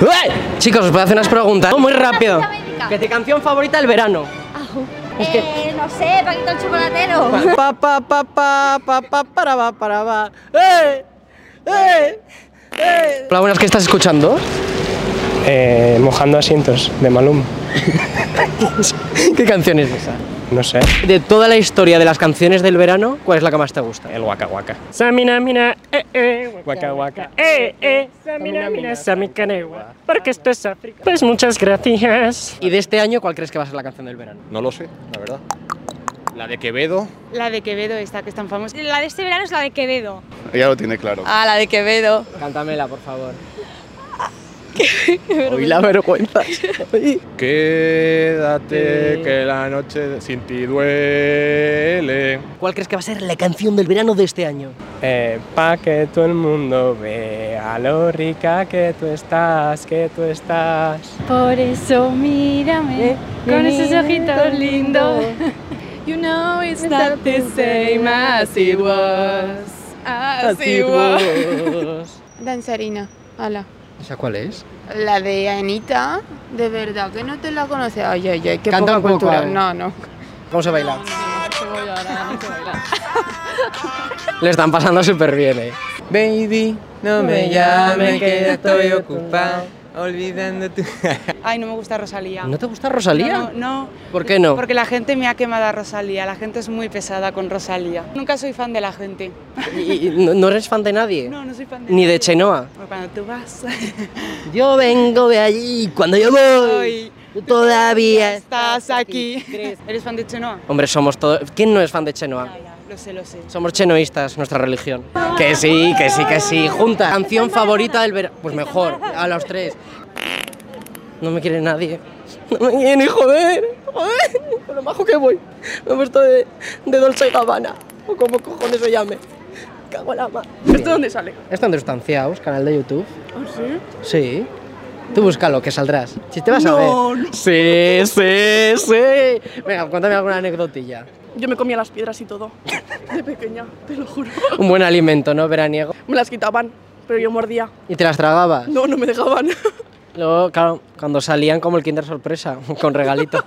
Speaker 4: ¡Ué! Chicos, os voy a hacer unas preguntas. Muy rápido. ¿Qué tu canción favorita del verano?
Speaker 13: Eh, no sé, Paquito el Chocolatero.
Speaker 4: Pa, pa, pa, pa, pa, pa, para, va, para, va. ¡Eh! ¡Eh! ¡Eh! Hola, buenas, ¿qué estás escuchando?
Speaker 2: Eh, mojando asientos de Malum.
Speaker 4: ¿Qué canción es esa?
Speaker 2: No sé.
Speaker 4: De toda la historia de las canciones del verano, ¿cuál es la que más te gusta?
Speaker 2: El Waka Waka.
Speaker 14: Samina mina, eh, eh,
Speaker 2: Waka Waka.
Speaker 14: eh, eh, samina mina, samikanewa, porque esto es África. Pues muchas gracias.
Speaker 4: ¿Y de este año cuál crees que va a ser la canción del verano?
Speaker 2: No lo sé, la verdad. La de Quevedo.
Speaker 9: La de Quevedo, esta que es tan famosa. La de este verano es la de Quevedo.
Speaker 2: Ya lo tiene claro.
Speaker 9: Ah, la de Quevedo.
Speaker 4: Cántamela, por favor. Hoy la vergüenza.
Speaker 2: Quédate que la noche sin ti duele.
Speaker 4: ¿Cuál crees que va a ser la canción del verano de este año?
Speaker 2: Eh, pa' que todo el mundo vea lo rica que tú estás, que tú estás.
Speaker 9: Por eso mírame con esos ojitos lindos. You know it's not the same as it was. As it was. Danzarina, ala.
Speaker 4: ¿Esa cuál es?
Speaker 9: La de Anita, de verdad que no te la conoces. Ay, ay, ay, qué
Speaker 4: Canta
Speaker 9: poca
Speaker 4: un poco,
Speaker 9: cultura.
Speaker 4: a ver.
Speaker 9: No, no.
Speaker 4: Vamos a bailar. Le están pasando súper bien, eh. Baby, no
Speaker 9: me llames, que ya estoy ocupado,
Speaker 4: Olvidando tu.
Speaker 9: Ay, no me gusta Rosalía.
Speaker 4: ¿No te gusta Rosalía?
Speaker 9: No, no, no,
Speaker 4: ¿Por qué no?
Speaker 9: Porque la gente me ha quemado a Rosalía. La gente es muy pesada con Rosalía. Nunca soy fan de la gente.
Speaker 4: Y- y no, no eres fan de nadie.
Speaker 9: No, no soy fan de
Speaker 4: Ni
Speaker 9: nadie.
Speaker 4: de Chenoa.
Speaker 9: Porque Cuando tú vas.
Speaker 4: Yo vengo de allí, cuando yo voy, tú todavía
Speaker 9: estás aquí. ¿Eres fan de Chenoa?
Speaker 4: Hombre, somos todos. ¿Quién no es fan de Chenoa?
Speaker 9: Lo sé, lo sé.
Speaker 4: Somos chenoístas, nuestra religión. Que sí, que sí, que sí. Junta. Canción favorita del verano. Pues mejor, a los tres. No me quiere nadie. No me quiere, joder. Joder, con lo majo que voy. Me he puesto de, de Dolce Gabbana. O como cojones se llame. Cago en la ma. ¿Esto dónde sale? Esto en Sustanciaos, canal de YouTube. Sí. Tú búscalo, que saldrás. Si te vas
Speaker 14: No,
Speaker 4: a ver. Sí, sí, sí. Venga, cuéntame alguna anecdotilla.
Speaker 14: Yo me comía las piedras y todo. De pequeña, te lo juro.
Speaker 4: Un buen alimento, ¿no? Veraniego.
Speaker 14: Me las quitaban, pero yo mordía.
Speaker 4: ¿Y te las tragabas?
Speaker 14: No, no me dejaban.
Speaker 4: Luego, claro, cuando salían como el Kinder Sorpresa, con regalito.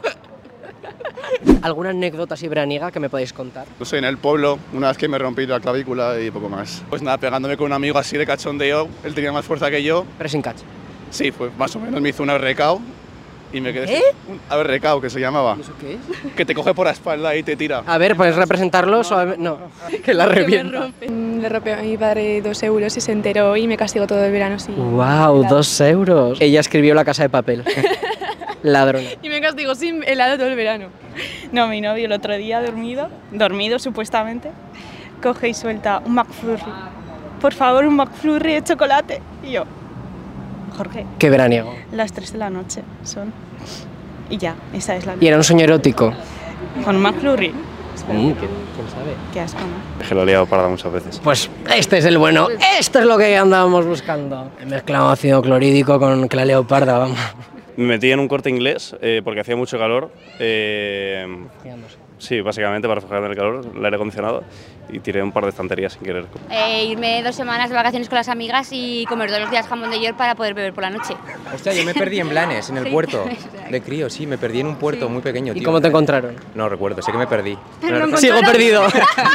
Speaker 4: ¿Alguna anécdota así veraniega que me podéis contar?
Speaker 5: No sé, en el pueblo, una vez que me rompí la clavícula y poco más. Pues nada, pegándome con un amigo así de cachondeo, él tenía más fuerza que yo.
Speaker 4: Pero sin cacho.
Speaker 5: Sí, pues más o menos me hizo un recao y me quedé.
Speaker 4: ¿Qué?
Speaker 5: Un recao que se llamaba.
Speaker 4: ¿Qué es?
Speaker 5: Que te coge por la espalda y te tira.
Speaker 4: A ver, ¿puedes representarlo? suave- No, que la revienta.
Speaker 9: Le rompí a mi padre dos euros y se enteró y me castigó todo el verano. Sí.
Speaker 4: ¡Wow! Dos euros. Ella escribió La Casa de Papel. Ladrona.
Speaker 9: Y me castigó sin helado todo el verano. No, mi novio el otro día dormido, dormido supuestamente, coge y suelta un McFlurry. Por favor, un McFlurry de chocolate. Y yo, Jorge,
Speaker 4: Qué veraniego.
Speaker 9: las 3 de la noche son. Y ya, esa es la
Speaker 4: Y era un sueño erótico.
Speaker 9: Con McFlurry.
Speaker 4: Mm.
Speaker 10: quién sabe.
Speaker 15: Qué asco, ¿no?
Speaker 16: Que lo he liado parda muchas veces.
Speaker 10: Pues este es el bueno, esto es lo que andábamos buscando. He mezclado ácido clorhídrico con la leoparda, vamos.
Speaker 16: Me metí en un corte inglés eh, porque hacía mucho calor. eh, sí, básicamente para refugiarme del calor, el aire acondicionado. Y tiré un par de estanterías sin querer.
Speaker 17: Eh, irme dos semanas de vacaciones con las amigas y comer todos los días jamón de york para poder beber por la noche.
Speaker 18: Hostia, yo me perdí en Blanes, en el
Speaker 17: Sí,
Speaker 18: puerto.
Speaker 17: o sea.
Speaker 18: De crío, sí, me perdí en un puerto muy pequeño,
Speaker 10: ¿Y
Speaker 18: tío.
Speaker 10: cómo te encontraron?
Speaker 18: No recuerdo, sé que me perdí.
Speaker 10: Pero
Speaker 18: No
Speaker 10: lo
Speaker 18: recuerdo.
Speaker 10: Sigo perdido,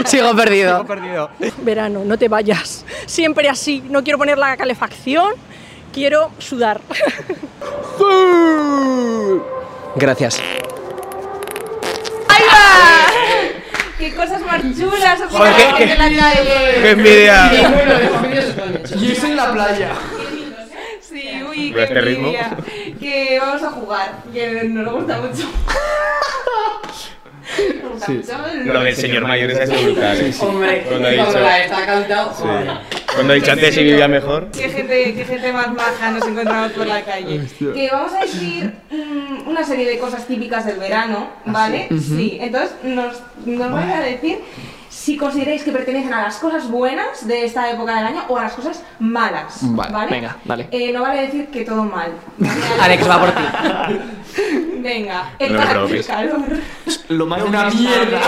Speaker 10: sigo perdido.
Speaker 18: Sigo perdido.
Speaker 19: Verano, no te vayas. Siempre así. No quiero poner la calefacción, quiero sudar.
Speaker 10: Gracias.
Speaker 1: ¡Qué cosas más chulas! os
Speaker 10: Joder,
Speaker 1: digo,
Speaker 10: qué-
Speaker 1: en la
Speaker 10: qué-
Speaker 1: calle.
Speaker 10: qué envidia.
Speaker 5: Y eso en la playa.
Speaker 1: Sí, uy,
Speaker 2: Pero
Speaker 1: qué
Speaker 2: este ritmo.
Speaker 1: envidia. Que vamos a jugar, que nos gusta mucho. Nos gusta mucho.
Speaker 2: Lo del señor mayor es así brutal. ¿eh? Cuando ha dicho-
Speaker 1: cantado,
Speaker 2: Sí. Cuando ha dicho antes si vivía mejor.
Speaker 1: ¿Qué gente, qué gente más maja nos encontramos por la calle.
Speaker 2: Hostia.
Speaker 1: Que vamos a decir mm, una serie de cosas típicas del verano, ¿vale?
Speaker 20: sí?
Speaker 1: Sí.
Speaker 20: Ujú.
Speaker 1: Entonces nos, nos vais a decir si consideráis que pertenecen a las cosas buenas de esta época del año o a las cosas malas. Vale.
Speaker 3: Venga, dale.
Speaker 1: Eh, no vale decir que todo mal.
Speaker 3: Alex va por ti.
Speaker 1: Venga,
Speaker 3: No me
Speaker 1: el calor,
Speaker 3: provoques.
Speaker 1: calor.
Speaker 3: Lo más una mierda.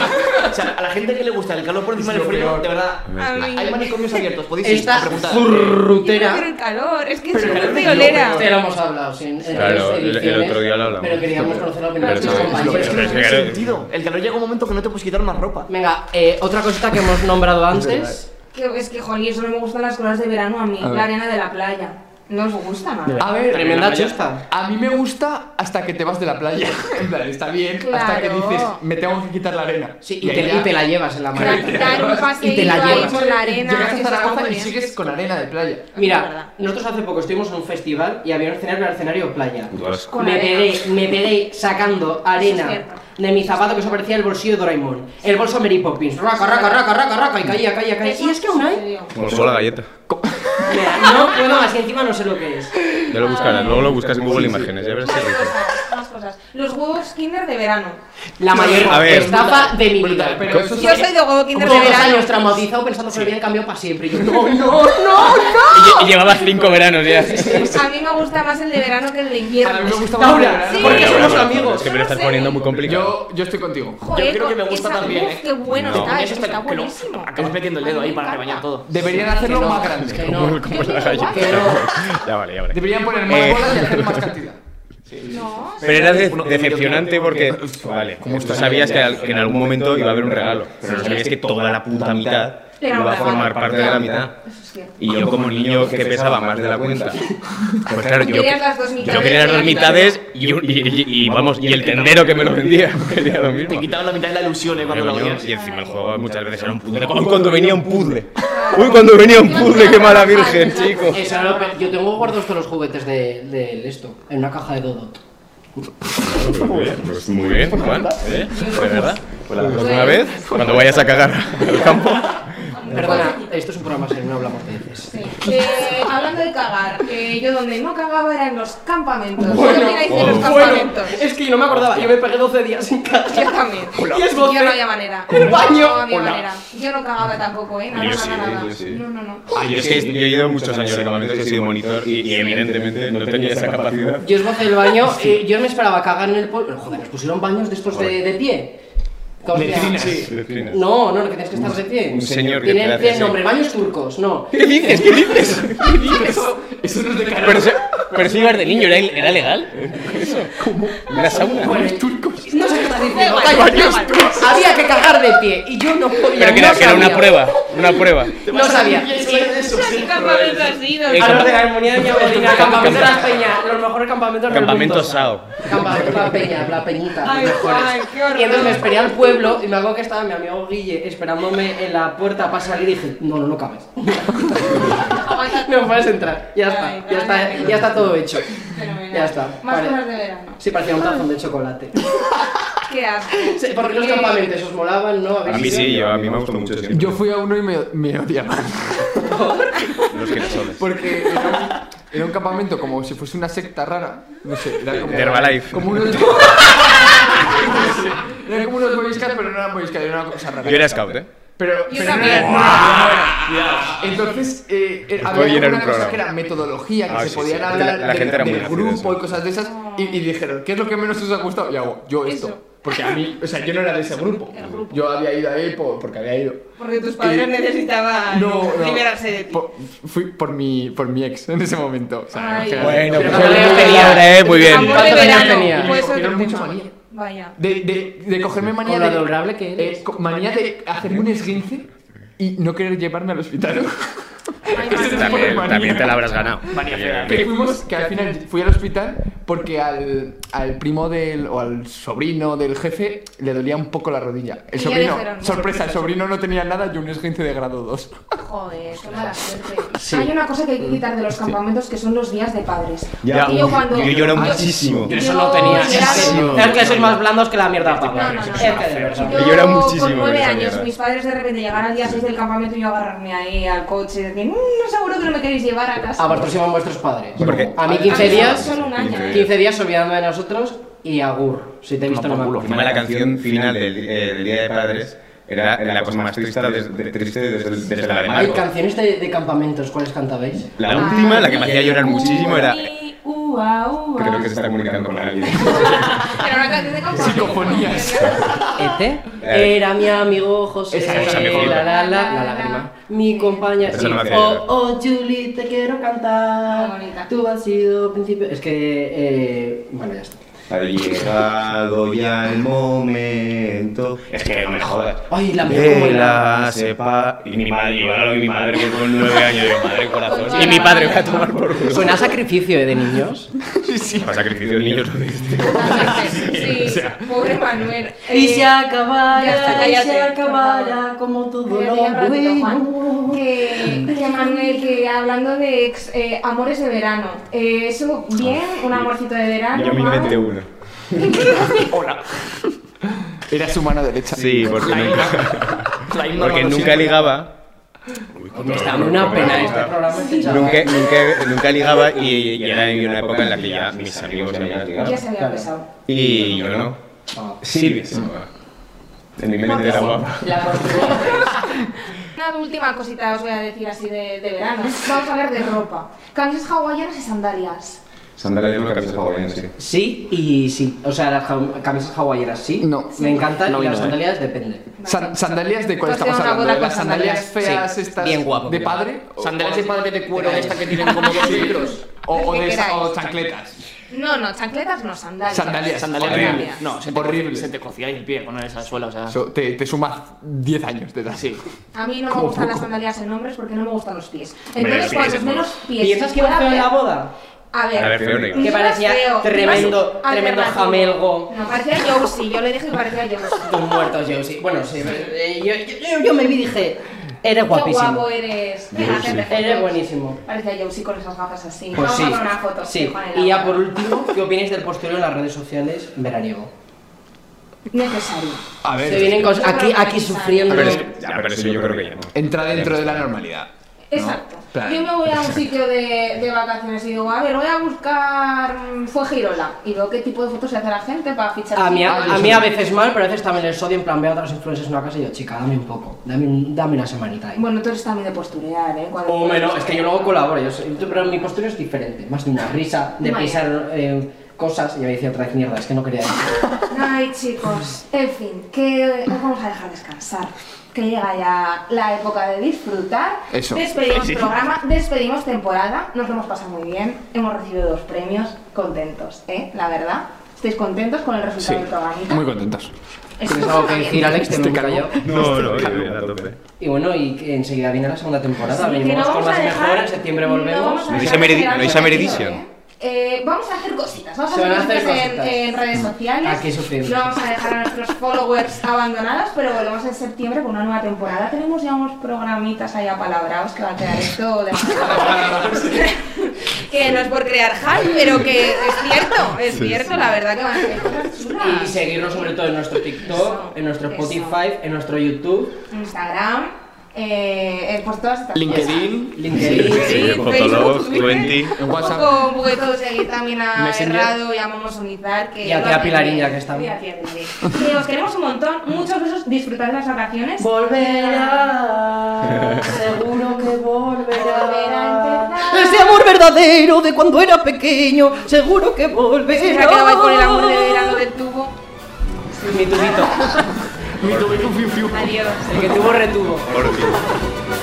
Speaker 3: o sea, a la gente que le gusta el calor por encima del frío, de verdad.
Speaker 1: A mí.
Speaker 3: Hay manicomios abiertos, podéis ir
Speaker 1: Esta
Speaker 3: a preguntar.
Speaker 1: Yo no quiero el calor, es que
Speaker 3: Pero
Speaker 1: soy
Speaker 3: el calor
Speaker 1: muy
Speaker 3: es loco,
Speaker 1: friolera.
Speaker 4: Te Este lo hemos hablado, sí. en- en
Speaker 2: Claro,
Speaker 4: tres
Speaker 2: el- el
Speaker 4: ediciones,
Speaker 2: otro día lo hablamos.
Speaker 4: Pero queríamos conocer la opinión de
Speaker 2: Pero
Speaker 4: nuestros
Speaker 2: sabes,
Speaker 4: compañeros.
Speaker 2: pero es que-
Speaker 3: Tiene sentido. El calor llega un momento que no te puedes quitar más ropa.
Speaker 4: Venga, eh, otra cosita que hemos nombrado antes.
Speaker 1: Que- es que, jolín, solo me gustan las cosas de verano a mí,
Speaker 4: A ver.
Speaker 1: la arena de la playa. No os gusta nada.
Speaker 5: A ver,
Speaker 4: Tremenda chusta.
Speaker 5: A mí me gusta hasta que te vas de la playa. En plan, está bien, hasta que
Speaker 1: Claro.
Speaker 5: dices, me tengo que quitar la arena.
Speaker 4: Sí, y te- y te la llevas en la mano.
Speaker 5: mano.
Speaker 4: Dar un paseíto ahí por la arena,
Speaker 5: Llegas
Speaker 4: que
Speaker 5: a
Speaker 4: se
Speaker 5: Zaragoza
Speaker 4: acompañe.
Speaker 5: y sigues con arena de playa.
Speaker 4: Mira, nosotros hace poco estuvimos en un festival y había un escenario, era el escenario playa.
Speaker 5: Con
Speaker 4: Me
Speaker 5: arena.
Speaker 4: pegué, me pegué sacando
Speaker 5: Eso es
Speaker 4: arena
Speaker 5: cierto.
Speaker 4: de mi zapato que se parecía el bolsillo de Doraemon. El bolso Mary Poppins. Raca, raca, raca, raca, raca. Y caía, caía, caía. Y es que aún hay.
Speaker 2: Como solo la galleta.
Speaker 4: Mira, no puedo más y encima no sé lo que es.
Speaker 2: Ya lo buscarás, luego lo buscas en Google Imágenes, ya verás qué rico.
Speaker 1: Más cosas. Los huevos Kinder de verano.
Speaker 4: La mayor
Speaker 2: A ver.
Speaker 4: estafa de mi vida.
Speaker 1: pero eso Yo soy de huevo Kinder de
Speaker 4: Todos
Speaker 1: verano.
Speaker 4: años traumatizado pensando que me habían cambiado para siempre. Y yo,
Speaker 5: Oh,
Speaker 4: no, no, no,
Speaker 2: Y llevabas cinco veranos ya.
Speaker 1: A mí me gusta más el de verano que el de invierno. A mí me gusta
Speaker 5: más el de verano.
Speaker 1: Sí,
Speaker 5: Porque- somos
Speaker 2: amigos. Es que me lo estás poniendo muy complicado.
Speaker 5: Yo, yo estoy contigo.
Speaker 1: Joder,
Speaker 3: Yo creo que me
Speaker 1: co-
Speaker 3: gusta
Speaker 1: esa-
Speaker 3: también,
Speaker 1: uf,
Speaker 3: ¿eh?
Speaker 1: qué bueno
Speaker 5: No.
Speaker 1: está,
Speaker 3: Eso
Speaker 1: eso
Speaker 3: está-
Speaker 1: está
Speaker 3: que lo-
Speaker 1: buenísimo.
Speaker 3: Acabas metiendo el dedo ahí para rebañar todo.
Speaker 5: Deberían hacerlo más grande.
Speaker 2: Como la galleta. Ya vale, ya vale.
Speaker 5: Deberían poner más
Speaker 2: Eh,
Speaker 5: bolas y hacer más cantidad.
Speaker 2: Pero era de- decepcionante porque vale, tú sabías que, al- que en algún momento iba a haber un regalo, pero no sabías que toda la puta mitad
Speaker 1: Era un
Speaker 2: iba a
Speaker 1: regalo.
Speaker 2: formar parte de la mitad. Y yo como niño que pesaba más de la cuenta, pues claro, yo,
Speaker 1: Querías las dos mitades
Speaker 2: yo quería las
Speaker 1: de
Speaker 2: dos
Speaker 1: la
Speaker 2: mitades y, un- y- y- y, vamos, y el tendero que me lo vendía quería lo mismo.
Speaker 3: Te quitaban la mitad de la ilusión, eh, cuando lo
Speaker 2: Coño,
Speaker 3: veías.
Speaker 2: Y encima el juego muchas veces era un puzzle. Uy, cuando venía un puzzle. Uy, cuando venía un puzzle, qué mala virgen, chico.
Speaker 4: Eso era lo pe- Yo tengo guardados todos los juguetes de, de esto, en una caja de Dodot.
Speaker 2: Muy bien, pues muy bien, Juan. ¿eh? De verdad. Pues Una vez, cuando vayas a cagar al campo.
Speaker 4: Perdona, esto es un programa serio, no hablamos de heces.
Speaker 1: Eh, hablando de cagar, eh, yo donde no cagaba era en los campamentos. ¿Qué
Speaker 4: Bueno, oh,
Speaker 1: opináis de los
Speaker 4: bueno,
Speaker 1: campamentos?
Speaker 4: es que yo no me acordaba, yo me pegué 12 días sin casa.
Speaker 1: Yo también.
Speaker 4: Hola.
Speaker 1: Yo
Speaker 4: Y es voz
Speaker 1: no
Speaker 4: de-
Speaker 1: había manera.
Speaker 4: El baño.
Speaker 1: No había
Speaker 4: Hola.
Speaker 1: manera. Yo no cagaba tampoco, ¿eh? Nada,
Speaker 2: Yo
Speaker 1: nada,
Speaker 2: sí,
Speaker 1: nada.
Speaker 2: yo sí.
Speaker 1: No, no, no.
Speaker 2: Ah, yo es que yo he ido muchos años de campamentos y he sido monitor y, y evidentemente no tenía esa capacidad.
Speaker 4: Yo os bajé el baño, eh, yo me esperaba cagar en el pueblo. Joder, nos pusieron baños de estos de, de pie. ¿Cómo se llama? Sí. No, no, lo que tienes que estar de pie.
Speaker 2: Un señor que te
Speaker 4: Tienen
Speaker 2: hace
Speaker 4: pie,
Speaker 2: así.
Speaker 4: nombre, baños turcos, no.
Speaker 2: ¿Qué dices? ¿Qué dices? Eso no es de Pero, eso- pero si ibas de niño, ¿era, era legal? ¿Eso? ¿Cómo? ¿Era sauna?
Speaker 4: No sé qué estás diciendo.
Speaker 2: Da igual,
Speaker 4: Calla,
Speaker 2: baños
Speaker 4: da igual. Había que cagar de pie y yo no podía.
Speaker 2: Pero que
Speaker 4: no
Speaker 2: era, que era
Speaker 4: sabía.
Speaker 2: una prueba, una prueba.
Speaker 4: No sabía.
Speaker 1: ¿Qué campamento has ido?
Speaker 2: Eh,
Speaker 4: A los de la
Speaker 2: campa-
Speaker 4: armonía de mi abuelita, campamento de las peñas, los mejores campamentos del mundo.
Speaker 2: Campamento SAO.
Speaker 4: Campamento La Peña, La Peñita.
Speaker 1: Ay,
Speaker 4: los mejores.
Speaker 1: Juan, qué horror.
Speaker 4: y entonces me esperé al pueblo y me acuerdo que estaba mi amigo Guille esperándome en la puerta para salir y dije, no, no, no cabes. no puedes entrar. Ya está, ya está, ya está todo hecho. Ya está.
Speaker 1: Más
Speaker 4: Vale.
Speaker 1: cosas de verano.
Speaker 4: Sí, parecía un tazón de chocolate.
Speaker 1: Qué asco.
Speaker 4: Sí, Porque los campamentos os molaban, ¿no? ¿Habéis
Speaker 2: A mí
Speaker 4: ido?
Speaker 2: sí, yo- a mí me gustó mucho siempre.
Speaker 5: Yo fui a uno y me, me odiaban.
Speaker 2: Los girasoles.
Speaker 5: Porque Era un campamento como si fuese una secta rara. No sé, era como.
Speaker 2: De Herbalife.
Speaker 5: Como unos. era como unos boy scouts, pero no eran boy scouts, era una cosa rara.
Speaker 2: Yo era scout, ¿eh?
Speaker 5: Pero, pero no
Speaker 2: también.
Speaker 5: era- no, no era. Entonces, eh, era-
Speaker 2: Estoy
Speaker 5: había
Speaker 2: en
Speaker 5: como
Speaker 2: un
Speaker 5: una cosa
Speaker 2: programa.
Speaker 5: que era metodología, que
Speaker 2: Ah,
Speaker 5: se
Speaker 2: sí,
Speaker 5: podían
Speaker 2: sí.
Speaker 5: hablar
Speaker 2: La- la
Speaker 5: de-
Speaker 2: gente era muy
Speaker 5: del
Speaker 2: ácida,
Speaker 5: grupo y cosas de esas, y, y dijeron, ¿qué es lo que menos os ha gustado? Y hago, yo esto. Porque a mí, o sea, yo no era de ese grupo. Yo había ido ahí por- porque había ido.
Speaker 6: Porque tus padres
Speaker 5: Eh,
Speaker 6: necesitaban
Speaker 5: no, no.
Speaker 6: liberarse de ti.
Speaker 5: Por- fui por mi, por mi ex en ese momento. O sea,
Speaker 6: Ay.
Speaker 5: imagínate.
Speaker 2: Bueno,
Speaker 5: Pero
Speaker 2: pues
Speaker 5: cuando
Speaker 2: el
Speaker 5: yo
Speaker 2: nivel
Speaker 5: era-
Speaker 2: ahora, eh, muy bien. Amor de
Speaker 5: ¿Cuántos años
Speaker 2: verano,
Speaker 5: tenía?
Speaker 2: pues
Speaker 5: Tenía
Speaker 2: otro
Speaker 5: mucho
Speaker 2: tema.
Speaker 5: manía.
Speaker 6: Vaya.
Speaker 5: De, de, de cogerme manía
Speaker 4: Con lo
Speaker 5: de.
Speaker 4: adorable
Speaker 5: que eres. manía de hacerme un esguince y no querer llevarme al hospital.
Speaker 2: También, también te la habrás ganado.
Speaker 5: Que fuimos, que al final fui al hospital porque al, al primo del, o al sobrino del jefe le dolía un poco la rodilla. El
Speaker 6: Y ya
Speaker 5: sobrino,
Speaker 6: dijeron,
Speaker 5: sorpresa, el sobrino no tenía nada y un esguince de grado 2.
Speaker 1: Joder, qué mala suerte.
Speaker 5: Sí.
Speaker 1: Hay una cosa que hay que quitar de los campamentos que son los días de padres.
Speaker 2: Ya,
Speaker 1: Yo
Speaker 2: uf,
Speaker 1: cuando-
Speaker 2: yo lloro muchísimo.
Speaker 4: Yo eso no tenía.
Speaker 1: Muchísimo.
Speaker 4: Es que sois más blandos que la mierda
Speaker 2: Este
Speaker 4: papa. Es que de verdad.
Speaker 1: Yo,
Speaker 2: llora muchísimo
Speaker 1: Con
Speaker 2: con
Speaker 1: nueve
Speaker 2: esa
Speaker 1: años,
Speaker 2: mierda.
Speaker 1: mis padres de repente llegaron al día 6 del campamento y yo agarrarme ahí al coche y decir, "Mm, no seguro que no me queréis llevar a casa.
Speaker 4: A vosotros iban vuestros padres.
Speaker 2: Porque-
Speaker 4: A mí
Speaker 1: A
Speaker 4: 15
Speaker 1: mí
Speaker 4: días.
Speaker 1: solo un año. ¿eh?
Speaker 4: 15 días olvidando de nosotros y agur. Si te he visto no me acuerdo.
Speaker 2: Encima la canción final del, eh, del Día de Padres era, era la cosa más triste desde, de- triste desde, desde la de
Speaker 4: Hay
Speaker 2: Marco.
Speaker 4: canciones de, de campamentos, ¿cuáles cantabais?
Speaker 2: La última, la que me hacía llorar muchísimo, era...
Speaker 1: Ua, ua.
Speaker 2: Creo que se está comunicando con alguien.
Speaker 1: Era una canción de campamento.
Speaker 5: Psicofonías.
Speaker 4: ¿Ete?
Speaker 2: Eh.
Speaker 4: Era mi amigo José.
Speaker 2: Esa es mi amigo.
Speaker 4: la, la, la, la lágrima. Mi compañera.
Speaker 2: Esa
Speaker 4: sí.
Speaker 2: no me hacía
Speaker 4: Oh,
Speaker 2: llorar.
Speaker 4: oh, Julie, te quiero cantar. Tú has sido principio. Es que. eh, bueno, ya está.
Speaker 2: Ha llegado ya el momento. Es que no me jodas.
Speaker 4: Ay, la
Speaker 2: De
Speaker 4: mía como era.
Speaker 2: la sepa. Y mi madre, y ahora lo de mi madre que con nueve años de madre corazón.
Speaker 4: Y mi padre, voy
Speaker 2: a tomar por culo.
Speaker 4: Suena a sacrificio eh, de niños.
Speaker 2: Sí, sí. A sacrificio del niño, ¿no?
Speaker 1: Sí,
Speaker 2: O sea.
Speaker 1: pobre Manuel. Eh,
Speaker 4: Y se
Speaker 1: ya está,
Speaker 4: acabara, y
Speaker 1: cállate.
Speaker 4: se acabara como todo
Speaker 1: Voy a
Speaker 4: lo
Speaker 1: pillar ratito,
Speaker 4: bueno.
Speaker 1: Juan. Que, que Manuel, que hablando de ex- eh, amores de verano, eh, eso bien, un amorcito de verano.
Speaker 2: Ah, Yo me
Speaker 1: mal?
Speaker 2: inventé uno.
Speaker 5: Era su mano derecha.
Speaker 2: Sí, porque nunca. Porque
Speaker 5: mano
Speaker 2: nunca
Speaker 5: siempre.
Speaker 2: ligaba.
Speaker 4: Hombre, está dando una pena este programa. este chaval.
Speaker 2: Nunca, nunca, nunca ligaba y, y era en una época en la que ya mis amigos ya habían ligado.
Speaker 1: Ya se había pesado.
Speaker 2: Y yo no. Silvia se llamaba. En mi mente era guapa.
Speaker 1: Una última cosita os voy a decir así de, de verano. Vamos a hablar de ropa. Camisas hawaianas y sandalias.
Speaker 2: Sandalias no camisas hawaianas, sí.
Speaker 4: Sí y sí. O sea, las ja- camisas hawaianas sí. No. Me encantan
Speaker 5: No,
Speaker 4: y
Speaker 5: y
Speaker 4: las
Speaker 5: no, eh.
Speaker 4: sandalias depende.
Speaker 5: San- ¿Sandalias de cuál
Speaker 4: Tú has
Speaker 5: estamos
Speaker 4: tenido una
Speaker 5: hablando?
Speaker 4: boda
Speaker 5: ¿De
Speaker 4: con
Speaker 5: las sandalias
Speaker 4: sandalias,
Speaker 5: feas
Speaker 4: sí,
Speaker 5: estas
Speaker 4: bien guapo,
Speaker 5: de
Speaker 4: bien guapo.
Speaker 5: padre?
Speaker 4: Sandalias
Speaker 5: de padre de
Speaker 4: cuero de esta que
Speaker 5: tienen como dos
Speaker 4: litros.
Speaker 5: O, o
Speaker 1: El que
Speaker 5: de esa-
Speaker 1: queráis.
Speaker 5: o chancletas.
Speaker 1: No, no, chancletas no, sandalias.
Speaker 5: Sandalias.
Speaker 3: Sandalias.
Speaker 5: Horrible.
Speaker 3: No, se te,
Speaker 5: Horrible.
Speaker 3: se te cocía ahí el pie con esa suela, o sea.
Speaker 5: Eso Ah. te, te suma 10 años de edad. Sí.
Speaker 1: A mí no me
Speaker 5: Como
Speaker 1: gustan las
Speaker 5: poco.
Speaker 1: sandalias en hombres porque no me gustan los pies.
Speaker 5: Hombre, los
Speaker 1: Entonces,
Speaker 5: pies
Speaker 1: cuantos
Speaker 5: es
Speaker 1: menos pies.
Speaker 4: ¿Piensas que iba
Speaker 1: pueda
Speaker 4: feo en la
Speaker 1: haber-
Speaker 4: boda?
Speaker 1: A ver,
Speaker 2: A ver, feo, negro.
Speaker 4: Que
Speaker 1: No
Speaker 4: parecía
Speaker 1: es feo,
Speaker 4: tremendo,
Speaker 1: más
Speaker 4: tremendo
Speaker 1: alternativo.
Speaker 4: jamelgo.
Speaker 1: No, parecía Josie, yo le dije que parecía Josie.
Speaker 4: Tus muertos, yo sí. Bueno, sí. eh, Yo, yo- yo- yo me vi y dije, eres
Speaker 1: Qué
Speaker 4: guapísimo.
Speaker 1: guapo eres.
Speaker 4: Yo
Speaker 1: Venga,
Speaker 4: sí.
Speaker 1: gente,
Speaker 4: Eres buenísimo.
Speaker 1: Parecía Josie con esas gafas así.
Speaker 4: Pues
Speaker 1: Vamos
Speaker 4: sí.
Speaker 1: a poner una foto.
Speaker 4: sí.
Speaker 1: Juan, en la
Speaker 4: Y ya
Speaker 1: boda.
Speaker 4: por último, ¿qué opináis del postureo en las redes sociales veraniego?
Speaker 1: Necesario.
Speaker 5: A ver.
Speaker 4: Se vienen cos- aquí, aquí sufriendo.
Speaker 2: Pero, es que- ya, pero eso yo creo que ya no.
Speaker 5: Entra dentro de la normalidad.
Speaker 1: Exacto.
Speaker 5: Plan.
Speaker 1: Yo me voy a un sitio de, de vacaciones y digo, a ver, voy a buscar mm, fue Girola y veo qué tipo de fotos se hace la gente para fichar.
Speaker 4: A mí, a,
Speaker 5: Ah,
Speaker 1: sitios.
Speaker 4: a mí a veces mal, pero a veces también el sodio en plan veo a otras influencers en una casa y yo, chica, dame un poco, dame, un- dame una semanita ahí.
Speaker 1: Bueno, tú eres también de posturear, ¿eh? Cuando-
Speaker 5: Oh,
Speaker 4: O menos, es que yo luego colaboro, yo soy- pero mi postura es diferente, más de una risa, de
Speaker 1: Vale.
Speaker 4: pisar eh, cosas y me decía otra vez mierda, es que no quería decir.
Speaker 1: Ay, chicos. En fin, que os vamos a dejar descansar. Que llega ya la época de disfrutar.
Speaker 5: Eso.
Speaker 1: Despedimos
Speaker 5: Sí.
Speaker 1: programa, despedimos temporada. Nos lo hemos pasado muy bien. Hemos recibido dos premios. Contentos, ¿eh? La verdad. ¿Estáis contentos con el resultado del programita?
Speaker 5: Muy contentos.
Speaker 1: Eso es algo que decir, Alex,
Speaker 4: que me he callado.
Speaker 2: No, no, yo a tope.
Speaker 4: Y bueno, y que enseguida viene la segunda temporada,
Speaker 1: Sí, que
Speaker 4: venimos
Speaker 1: no
Speaker 4: con
Speaker 1: vamos a
Speaker 4: más y
Speaker 1: dejar-
Speaker 4: mejor, en septiembre
Speaker 1: no
Speaker 4: volvemos.
Speaker 1: vamos a No dejar- hice Meredi- no hice Meredition. Eh, vamos a hacer cositas, vamos a
Speaker 4: Se
Speaker 1: hacer
Speaker 4: van a
Speaker 1: cositas,
Speaker 4: hacer
Speaker 1: en,
Speaker 4: cositas.
Speaker 1: en redes sociales.
Speaker 4: Aquí sufriendo.
Speaker 1: No vamos a dejar a nuestros followers abandonados, pero volvemos en septiembre con una nueva temporada. Tenemos ya unos programitas ahí apalabrados que va a quedar esto de Que no es por crear hype, pero que es cierto, es
Speaker 4: Sí,
Speaker 1: cierto,
Speaker 4: sí.
Speaker 1: la verdad que van a ser cosas
Speaker 4: Y
Speaker 1: chulas.
Speaker 4: seguirnos sobre todo en nuestro TikTok, en nuestro Spotify, en nuestro YouTube.
Speaker 1: Instagram. Eh, eh, pues todas estas
Speaker 3: LinkedIn,
Speaker 1: LinkedIn,
Speaker 2: Fotolog,
Speaker 1: Facebook,
Speaker 2: Twenty.
Speaker 1: Un poco un poquito seguir también a
Speaker 4: Messenger.
Speaker 1: Errado y a Momo Sonizar, que
Speaker 4: Y a tía Pilarín, ya que estamos.
Speaker 1: Y a tía Pilarín. Que os queremos un montón, muchos besos, disfrutad de las vacaciones.
Speaker 4: Volverá, seguro que volverá.
Speaker 1: Ese
Speaker 4: amor verdadero de cuando era pequeño, seguro que volverá.
Speaker 1: Se ha quedado ahí con el amor de verano del tubo.
Speaker 4: Mi tubito.
Speaker 3: Mi tubito, fiu, fiu.
Speaker 1: Adiós.
Speaker 4: El que tuvo retuvo.
Speaker 2: Por fin.